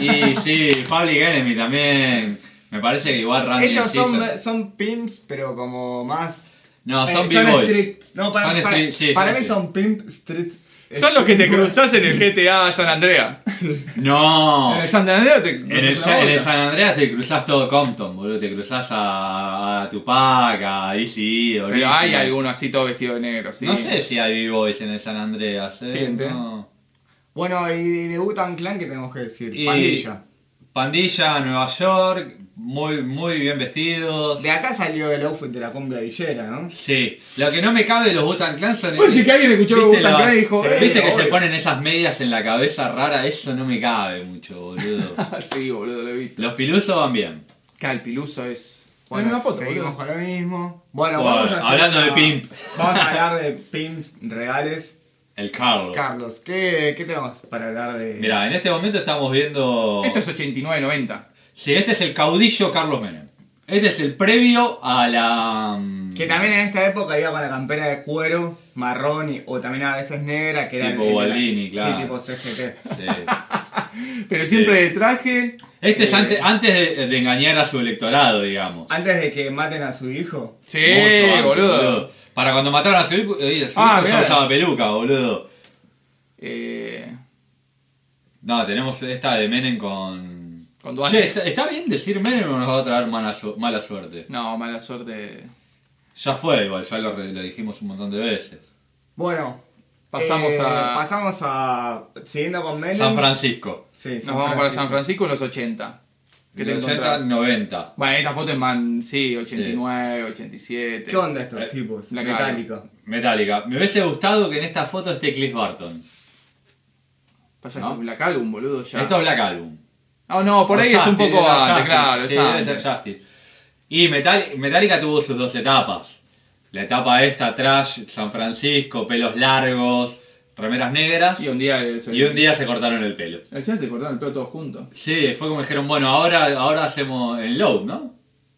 Y sí, Public Enemy también. Me parece que igual Randy
Ellos
MC
son, son pimps, pero como más...
No,
eh,
son B-Boys.
street- No, para,
Son
para-
street- sí,
para
son
mí
street.
son pimp street...
Son los que te cruzás en el GTA San Andrea.
No.
En el San Andrea te
En el,
cruzás una
en el
boca.
San Andreas te cruzás todo Compton, boludo. Te cruzás a, a Tupac, a Easy, a
Pero hay alguno así todo vestido de negro, sí.
No sé si hay B-Boys en el San Andreas. ¿eh?
Siguiente.
No.
Bueno, y de Butan Clan, ¿qué tenemos que decir?
Y-
Pandilla.
Pandilla, Nueva York, muy, muy bien vestidos.
De acá salió el outfit de la cumbia villera, ¿no?
Sí, lo que no me cabe de los Butan Clan son.
Puede decir que alguien escuchó
¿viste
Wu-Tang
los-
Clan y dijo,
sí,
"Eh,
Viste que se
obvio".
ponen esas medias en la cabeza rara, eso no me cabe mucho, boludo.
sí, boludo, lo he visto.
los Pilusos van bien.
Calpiluso es.
Bueno,
Bueno, una foto,
seguimos
boludo.
con lo mismo. Bueno,
Bueno,
vamos a hacer
hablando de pimp.
Vamos a hablar de pimps reales.
El Carlos.
Carlos, ¿qué, qué tenemos para hablar de...?
Mira, en este momento estamos viendo.
Esto es 89-90.
Sí, este es el caudillo Carlos Menem. Este es el previo a la. mm,
Que también en esta época iba con la campera de cuero, marrón y- o también a veces negra, que era...
Tipo
el- el-
Baldini, claro.
Sí, tipo CGT.
sí.
Pero siempre de traje.
Este es
eh,
ante- antes de, de engañar a su electorado, digamos.
Antes de que maten a su hijo.
Sí,
Mucho antes,
boludo.
Para cuando mataron a su hijo, eh, su
Ah,
hijo ya
mirá.
usaba peluca, boludo.
Eh,
No, tenemos esta de Menem con.
Cuando
Che,
haces-
está, está bien decir Menem o nos va a traer mala, su- mala suerte.
No, mala suerte.
Ya fue igual, ya lo, re- lo dijimos un montón de veces.
Bueno.
Pasamos a-
Eh, Pasamos a. Siguiendo con Menem.
San Francisco.
Sí,
Nos vamos para San Francisco en los 80. ¿Qué te
Los 80,
encontrás?
90.
Bueno, esta foto es man, sí, 89, 87.
¿Qué onda estos
Eh,
tipos?
la cara.
Metálica.
Metallica. Me hubiese gustado que en esta foto esté Cliff Barton.
Pasa
¿No?
esto es Black Album, boludo, ya.
Esto es Black Album.
No, no, por
O
ahí es un
Justice,
poco
era
antes,
Justice.
claro.
Sí,
es
debe
antes.
ser Justice. Y Metal- Metallica tuvo sus dos etapas. La etapa esta, trash, San Francisco, pelos largos, remeras negras.
Y un día... es-
Y un día se cortaron el pelo.
Al final te cortaron el pelo todos juntos.
Sí, fue como dijeron, bueno, ahora, ahora hacemos el load, ¿no?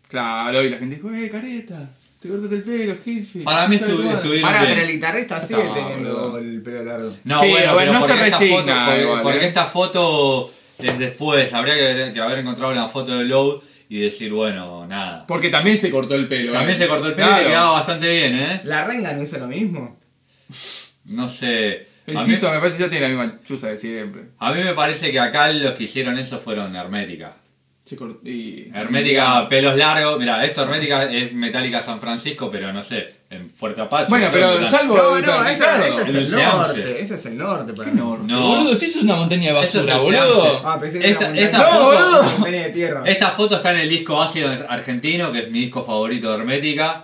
Claro, y la gente dijo, eh, careta, te cortaste el pelo, jefe.
Para mí
¿Sabes
estu-
cuál?
estuvieron
Para,
bien.
pero el guitarrista sigue
Está,
teniendo
boludo.
el pelo largo.
No,
Sí,
bueno,
bueno,
pero
no
porque
se
esta
resigna,
foto- porque-
igual,
porque
¿eh?
esta foto es después, habría que, que haber encontrado una foto de load y decir, bueno, nada.
Porque también se cortó el pelo.
También
eh.
se cortó el pelo y
Claro.
le quedaba bastante bien, ¿eh?
¿La renga no hizo lo mismo?
No sé.
El
a mí-
chizo me parece que ya tiene la misma chuza de siempre.
A mí me parece que acá los que hicieron eso fueron Hermética.
Se cortó y...
Hermética, pelos largos. Mira, esto Hermética es Metallica San Francisco, pero no sé, en Fuerte Apache.
Bueno, pero
Total.
salvo...
No,
Ricardo
no, ese, ese es
En
el,
el
norte.
Seance.
Ese es el norte para
¿Qué
mí.
norte?
No.
Boludo, si eso es una montaña de
Eso es
basura,
el
boludo.
Seance.
Ah, pensé que
Esta-
era montaña.
esta
No,
foto-
boludo. Montaña de tierra.
Esta foto está en el disco Ácido Argentino, que es mi disco favorito de Hermética.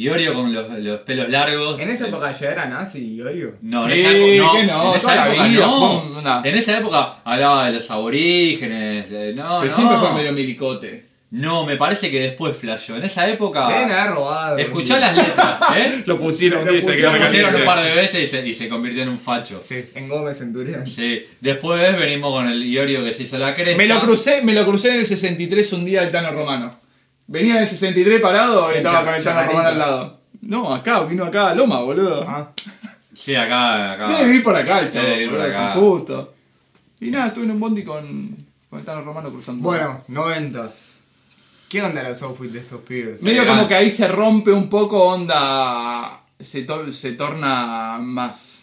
Y Orio con los, los pelos largos. Eh,
En esa época ya era nazi y Orio.
No,
Sí,
en esa época no.
que no,
en esa
toda la
época
vida
no.
fue una-
En esa época hablaba de los aborígenes. de- no,
Pero
no.
siempre fue medio milicote.
No, me parece que después flasheó. En esa época.
Deben haber robado.
Escuchá las letras, ¿eh?
Lo pusieron,
Lo
y se
pusieron,
quedaron
Lo pusieron un
calientes.
par de veces y se, y se convirtió en un facho.
Sí, en Gómez Centurión.
Sí. Después venimos con el Iorio que se hizo la cresta.
Me lo crucé, me lo crucé en el 63 un día del Tano Romano. Venía del 63 parado y
El
estaba
cha-
con el Tano
chacarita.
Romano al lado. No, acá, vino acá a Loma, boludo.
Ah,
Sí, acá, acá.
Debe vivir por acá el chavo,
Debe vivir por
boludo, es
acá.
injusto. Y nada, estuve en un bondi con, con el Tano Romano cruzando.
bueno, noventas. ¿Qué onda los outfits de estos pibes?
Medio
Elegante.
como que ahí se rompe un poco, onda. Se, to- se torna más.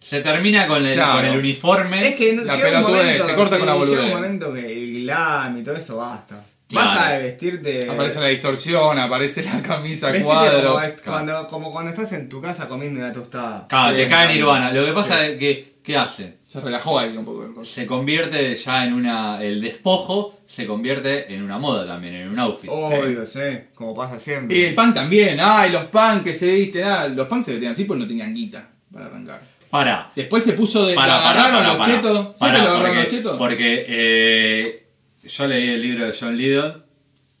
Se termina con el,
Claro.
con el uniforme.
Es que
La
llega un
pelotudez,
momento,
se corta con la
Llega
boludez.
un momento que el glam y todo eso basta.
Claro.
Basta de
Eh,
vestirte.
Aparece la distorsión, aparece la camisa a
vestirte
cuadro.
Como, cuando, como cuando estás en tu casa comiendo una tostada.
Claro, te
Sí,
cae
no,
Nirvana. Lo que pasa es que, ¿qué hace?
Se relajó ahí un poco el coso.
Se convierte ya en una. El despojo se convierte en una moda también, en un outfit.
Obvio, sí. Como pasa siempre.
Y el pan también, ay, los pan que se viste, nada, los pan se vestían así porque no tenían guita para arrancar.
Para.
Después se puso de.
Para,
lo
para,
Eh, agarraron
para,
los
para,
chetos. ¿Sabes
para,
que lo agarraron
porque,
los chetos?
Porque eh, yo leí el libro de John Lidl,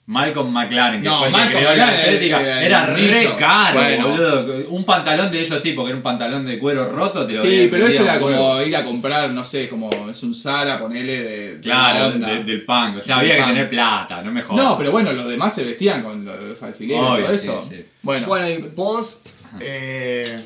Malcolm McLaren, que
No,
fue el que
Malcolm
creó la
McLaren,
estética,
eh, eh,
era re
liso.
caro,
Bueno.
boludo. Un pantalón de esos tipos, que era un pantalón de cuero roto, te lo
Sí,
vendían,
pero eso era
boludo.
como ir a comprar, no sé, como es un Zara, ponele de. de
Claro,
la onda.
de- del punk. O sea,
Del
había que
punk.
tener plata, no me jodas.
No, pero bueno, los demás se vestían con los, los alfileres y
Obvio,
todo
sí,
eso.
sí.
Bueno,
Bueno, y vos. eh,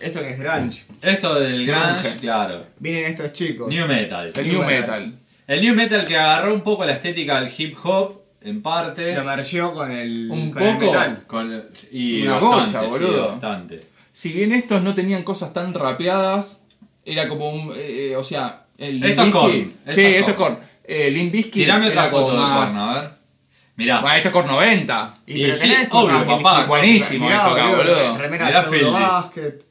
esto que es grunge.
Esto del grunge,
Grunge.
claro.
Vienen estos chicos.
New metal.
el
New
New
Metal.
Metal.
El new metal que agarró un poco la estética del hip hop, en parte.
Lo mergeó con el.
Un
con el
poco.
metal.
Con, y
Una
bastante,
bocha,
sí,
boludo.
bastante.
Si bien estos no tenían cosas tan rapeadas, era como un. eh, eh, o sea, el. Limp
Esto es
Bizkit-
Korn, esto
Sí,
es
esto es
Korn.
Korn. El Limbisky.
Tirame otra foto del porno, a ver. Mirá,
Bueno, esto es Korn 90.
Y
pero
sí,
tenés
obvio,
cosas
papá,
que-
buenísimo
mirá,
esto acá, boludo.
Remera
Mirá
de
Fieldy.
pseudobásquet.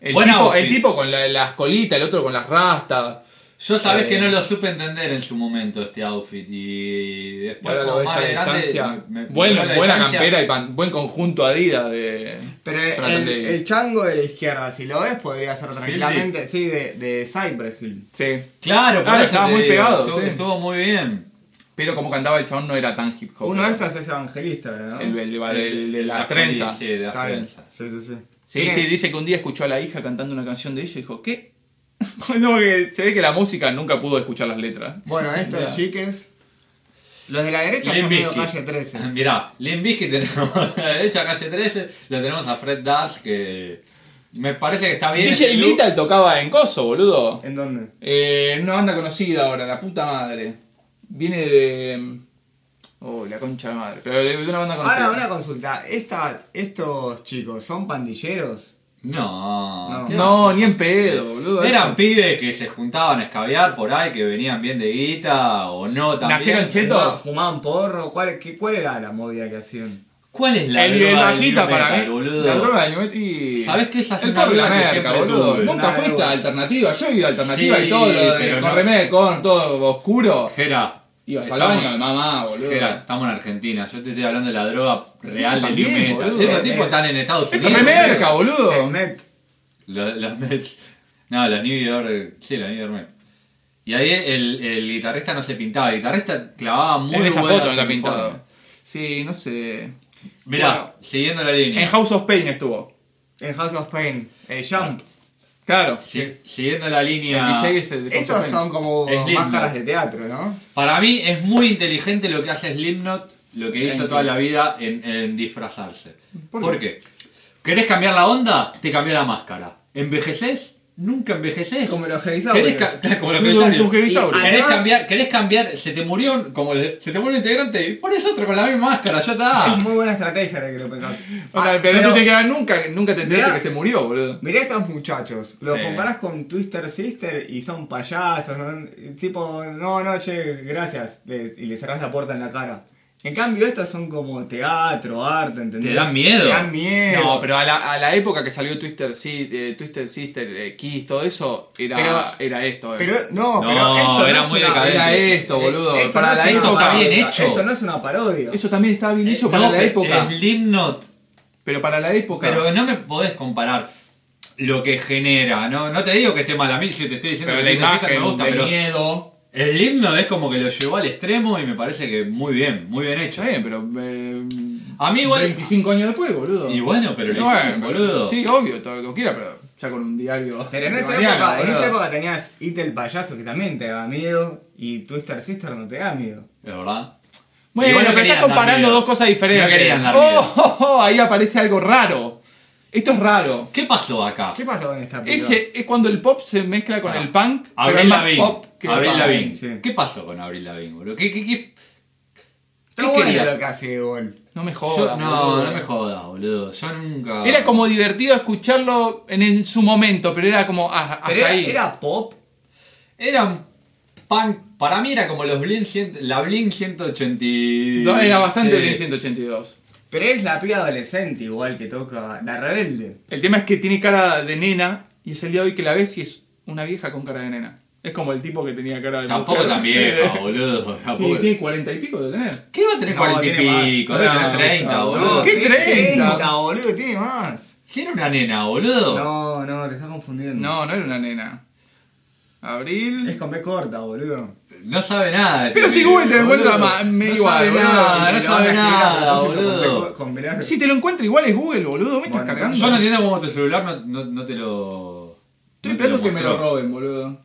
El,
Buen
tipo,
outfit.
el tipo con la- las colitas, el otro con las rastas.
yo sabés
Eh.
que no lo supe entender en su momento este outfit y después
Ahora lo
como
ves
más
a
adelante
distancia.
me- me-
Bueno,
me- me-
buena
la distancia.
campera y pan- buen conjunto Adidas de.
Pero
Jonathan
el,
Davis.
el chango de la izquierda, si lo ves, podría ser tranquilamente. Sí, de, de Cypress Hill.
Sí.
Claro, por
Claro,
eso
estaba
te
muy
digo,
pegado,
Estuvo,
sí.
estuvo muy bien.
Pero como cantaba el chabón no era tan hip hop.
Uno de estos es evangelista, ¿verdad?
El, el- el- el de las
La
trenzas.
Sí, de las
Está bien.
trenzas.
Sí, sí, sí.
Sí, sí, dice que un día escuchó a la hija cantando una canción de ella y dijo, ¿qué? No, porque se ve que la música nunca pudo escuchar las letras.
Bueno, estos
Ya.
chiques. Los de la derecha
Limp
son medio
Bizkit.
calle 13.
Mirá, Limp Bizkit tenemos a la derecha calle 13, lo tenemos a Fred Dash que me parece que está bien.
DJ
ese look.
Little tocaba en Coso, boludo.
¿En dónde?
Eh, en una banda conocida ahora, la puta madre. Viene de... mm, Oh, la concha de madre. Pero de, de una banda conocida.
Ahora, una consulta. Esta, ¿Estos chicos son pandilleros?
No.
No.
¿qué
No, ni en pedo, boludo.
Eran pibes que se juntaban a escabiar por ahí, que venían bien de guita o no también.
¿Nacieron chetos?
Fumaban- ¿Fumaban porro? ¿Cuál, qué, ¿Cuál era la movida que hacían?
¿Cuál es la
el, el
droga del
bajita
new
para
metal,
mí.
boludo?
La droga de Numetti.
¿Sabés qué? Esa es
el
una
porro y la
droga que
merca,
siempre
boludo.
tuve.
Nunca
Una
fuiste
droga.
alternativa. Yo he ido a alternativa
Sí,
y todo lo de
pero
con
no.
remé, con todo oscuro.
Jera,
Ibas al
estamos-
baño de mamá, boludo.
Jera, estamos en Argentina. Yo te estoy hablando de la droga real del
también,
New Metal.
boludo.
Esos
Eh,
tipos están en Estados
Esto
Unidos.
es remerca, boludo.
El Met.
Los, los Mets. No, los New York. Sí, los New York Mets. Y ahí el, el guitarrista no se pintaba. El guitarrista clavaba muy
En esa
buenas
foto me la
uniformes.
pintado. Sí, no sé.
Mirá,
Bueno.
siguiendo la línea.
En House of Pain estuvo.
En House of Pain. El Jump.
Claro.
Si- Siguiendo la
El
línea.
DJ es Ah, el de House of
Estos
Pain.
son como
Slipknot.
máscaras de teatro, ¿no?
Para mí es muy inteligente lo que hace Slipknot, lo que hizo
Entiendo.
toda la vida en, en disfrazarse.
¿Por
¿Por,
qué?
qué? ¿Querés cambiar la onda? Te cambia la máscara. ¿Envejeces? Nunca envejeces.
Como los
¿Querés,
Heavisaurios.
ca- como los
Los
heavisaurios.
heavisaurios.
Y ¿Querés
Además-
cambiar? ¿Querés cambiar? Se te murió un- como le- se te murió un integrante y pones otro con la misma máscara, ya
Es
está.
muy buena estrategia la que lo pensás.
Ah. O sea,
Ah,
pero,
pero
no te queda nunca, nunca te enteraste
Mirá.
que se murió, boludo.
Mirá a estos muchachos, los
Sí.
comparás con Twister Sister y son payasos, ¿no? tipo, no, no, che, gracias, le- y le cerrás la puerta en la cara. En cambio, estos son como teatro, arte, ¿entendés?
Te dan miedo.
Te dan miedo.
No, pero a la, a la época que salió Twister, Si- eh, Twisted Sister, eh, Kiss, todo eso, era,
Pero-
era esto. eh.
Pero, no,
No,
pero esto
era
no es
muy
una-
decadente.
era esto, boludo.
Esto
para
no
la
es una
época.
Está bien
parodia,
hecho.
Esto no es una parodia.
Eso también estaba bien hecho
Eh,
para
no,
la época.
Slipknot
Pero para la época.
Pero no me podés comparar lo que genera, ¿no? No te digo que esté mal a mí, si te estoy diciendo
Pero
que
la
Twisted Sister
imagen
me gusta,
de
pero
miedo.
el himno es como que lo llevó al extremo y me parece que muy bien, muy bien hecho.
Está bien, pero. eh,
A mí igual-
25 años después, boludo.
Y bueno, pero lo hicieron,
pero-
boludo.
Sí, obvio, todo lo que quiera, pero ya con un diario.
Pero en esa,
mariano,
época, en
boludo.
esa época tenías It el payaso que también te daba miedo y Twister Sister no te da miedo.
Es verdad.
Bueno,
Igual
pero
no
estás
querían dar
comparando
miedo.
dos cosas diferentes.
No querían dar
oh,
miedo.
oh, oh, ahí aparece algo raro. Esto es raro.
¿Qué pasó acá?
¿Qué pasó con esta película?
Ese es cuando el pop se mezcla con
Ah.
el punk, pero es
Abril
más
Lavigne.
pop que
Abril
punk.
Lavigne.
sí.
¿Qué pasó con Abril Lavigne, boludo? ¿Qué, qué, qué?
Está
¿Qué
bueno
querías?
lo que hace igual.
No me
Yo-
jodas.
no,
boludo.
no me jodas, boludo. Yo nunca.
Era como divertido escucharlo en, en su momento, pero era como ah, hasta
Pero era,
ahí.
era pop.
Era un punk. Para mí era como los Blink. cien- La Blink 182.
No, era bastante
Sí.
bien 182.
Pero es la piba adolescente igual que toca La Rebelde.
El tema es que tiene cara de nena y es el día de hoy que la ves y es una vieja con cara de nena. Es como el tipo que tenía cara de
Tampoco
mujer.
tan vieja, boludo.
Y
Tampoco-
tiene cuarenta y pico de tener.
¿Qué va a tener
No,
40 y
tiene más.
pico? Debe
No,
tener 30,
no,
boludo.
¿Qué
Tiene
30?
30, boludo, tiene más.
Si era una nena, boludo.
No, no, te estás confundiendo.
No, no era una nena. Abril.
Es con B corta, boludo.
No sabe nada. de
Pero
este
si
pibe,
Google te
boludo.
encuentra ma- me
no
igual,
sabe
boludo.
nada,
Y
no
lo van a
sabe
escribir a
nada,
propósito con
boludo.
B- Con Velar.
Si te lo encuentra igual es Google, boludo. ¿Me estás
Bueno,
cargando?
Yo no entiendo cómo tu celular no, no, no te lo.
Estoy esperando que me lo
robe.
roben, boludo.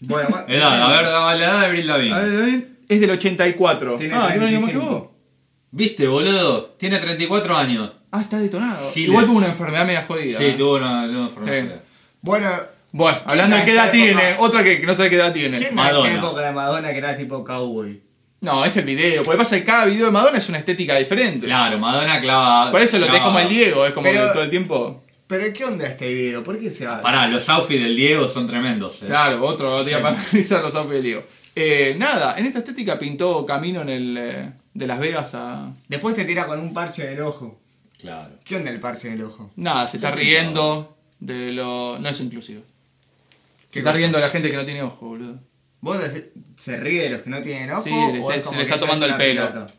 Bueno, ma-
Edad, a ver, la la edad de Abril
A
Lavigne.
ver, a ver. Es del 84.
Tiene
ah, ¿tiene un año más que
35.
vos?
¿Viste, boludo? Tiene 34 años.
Ah, está detonado.
Giles.
Igual tuvo una enfermedad media jodida.
Sí,
¿eh?
tuvo una, una enfermedad.
Bueno,
Bueno, hablando de qué
Esta
edad tiene,
época-
otra que que no sabe qué edad tiene.
¿quién era
Madonna.
la época de Madonna que era tipo cowboy?
No, es el video. Porque pasa que cada video de Madonna es una estética diferente.
Claro, Madonna clava.
Por eso lo tenés
clava-
como el Diego, es como
Pero-
que todo el tiempo.
Pero ¿qué onda este video? ¿Por qué se va?
Pará, los outfits del Diego son tremendos. eh.
Claro, otro día para analizar los outfits del Diego. Eh, nada, en esta estética pintó camino en el eh, de Las Vegas a.
Después te tira con un parche del ojo.
Claro.
¿Qué onda el parche del ojo?
Nada, se está riendo de lo. No es inclusivo. Se
¿Qué
está
cosa?
riendo de la gente que no tiene ojo, boludo.
¿Vos se, se ríe de los que no tienen ojo?
Sí, le
o
está-
es
se
como
le
que
está
ya
tomando
es
el
una
pelo.
pirata?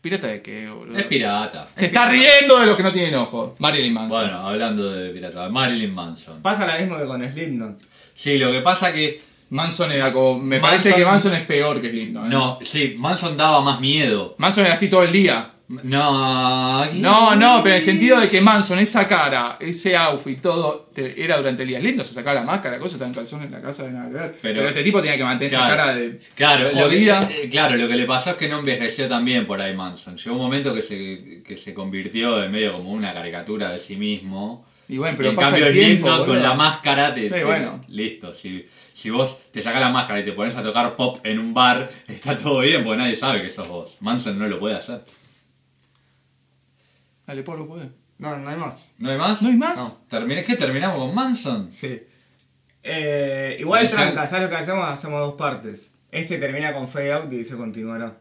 ¿Pirata de qué, boludo?
Es pirata.
Se está riendo de los que no tienen ojo. Marilyn Manson.
Bueno, hablando de pirata, Marilyn Manson.
Pasa lo mismo que con Slipknot.
Sí, lo que pasa que.
Manson era como. Me parece
Manson-
que Manson es peor que Clinton. ¿eh?
No, sí, Manson daba más miedo.
Manson era así todo el día.
No.
No, no, pero en el sentido de que Manson, esa cara, ese outfit, todo, te- era durante el día. Es lindo, se sacaba la máscara, cosa, estaba en calzones en la casa, de nada que ver. Pero,
Pero-
este tipo tenía que mantener esa cara de.
claro, lo que,
jodida.
eh, claro, lo que le pasó es que no envejeció tan bien por ahí Manson. Llegó un momento que se, que se convirtió en medio como una caricatura de sí mismo.
Y bueno, pero
en
pasa
cambio
el tiempo,
Slipknot con
boludo.
la máscara te,
Sí,
te-
bueno.
listo. Si, si vos te sacás la máscara y te pones a tocar pop en un bar, está todo bien porque nadie sabe que sos vos. Manson no lo puede hacer.
Dale, Pablo, puede.
No, no hay más.
¿No hay más?
¿No hay más?
No.
Termin- ¿Es que terminamos con Manson?
Sí. Eh, igual
Igual-
tranca, ¿sabes lo que hacemos? Hacemos dos partes. Este termina con fade out y se continuará.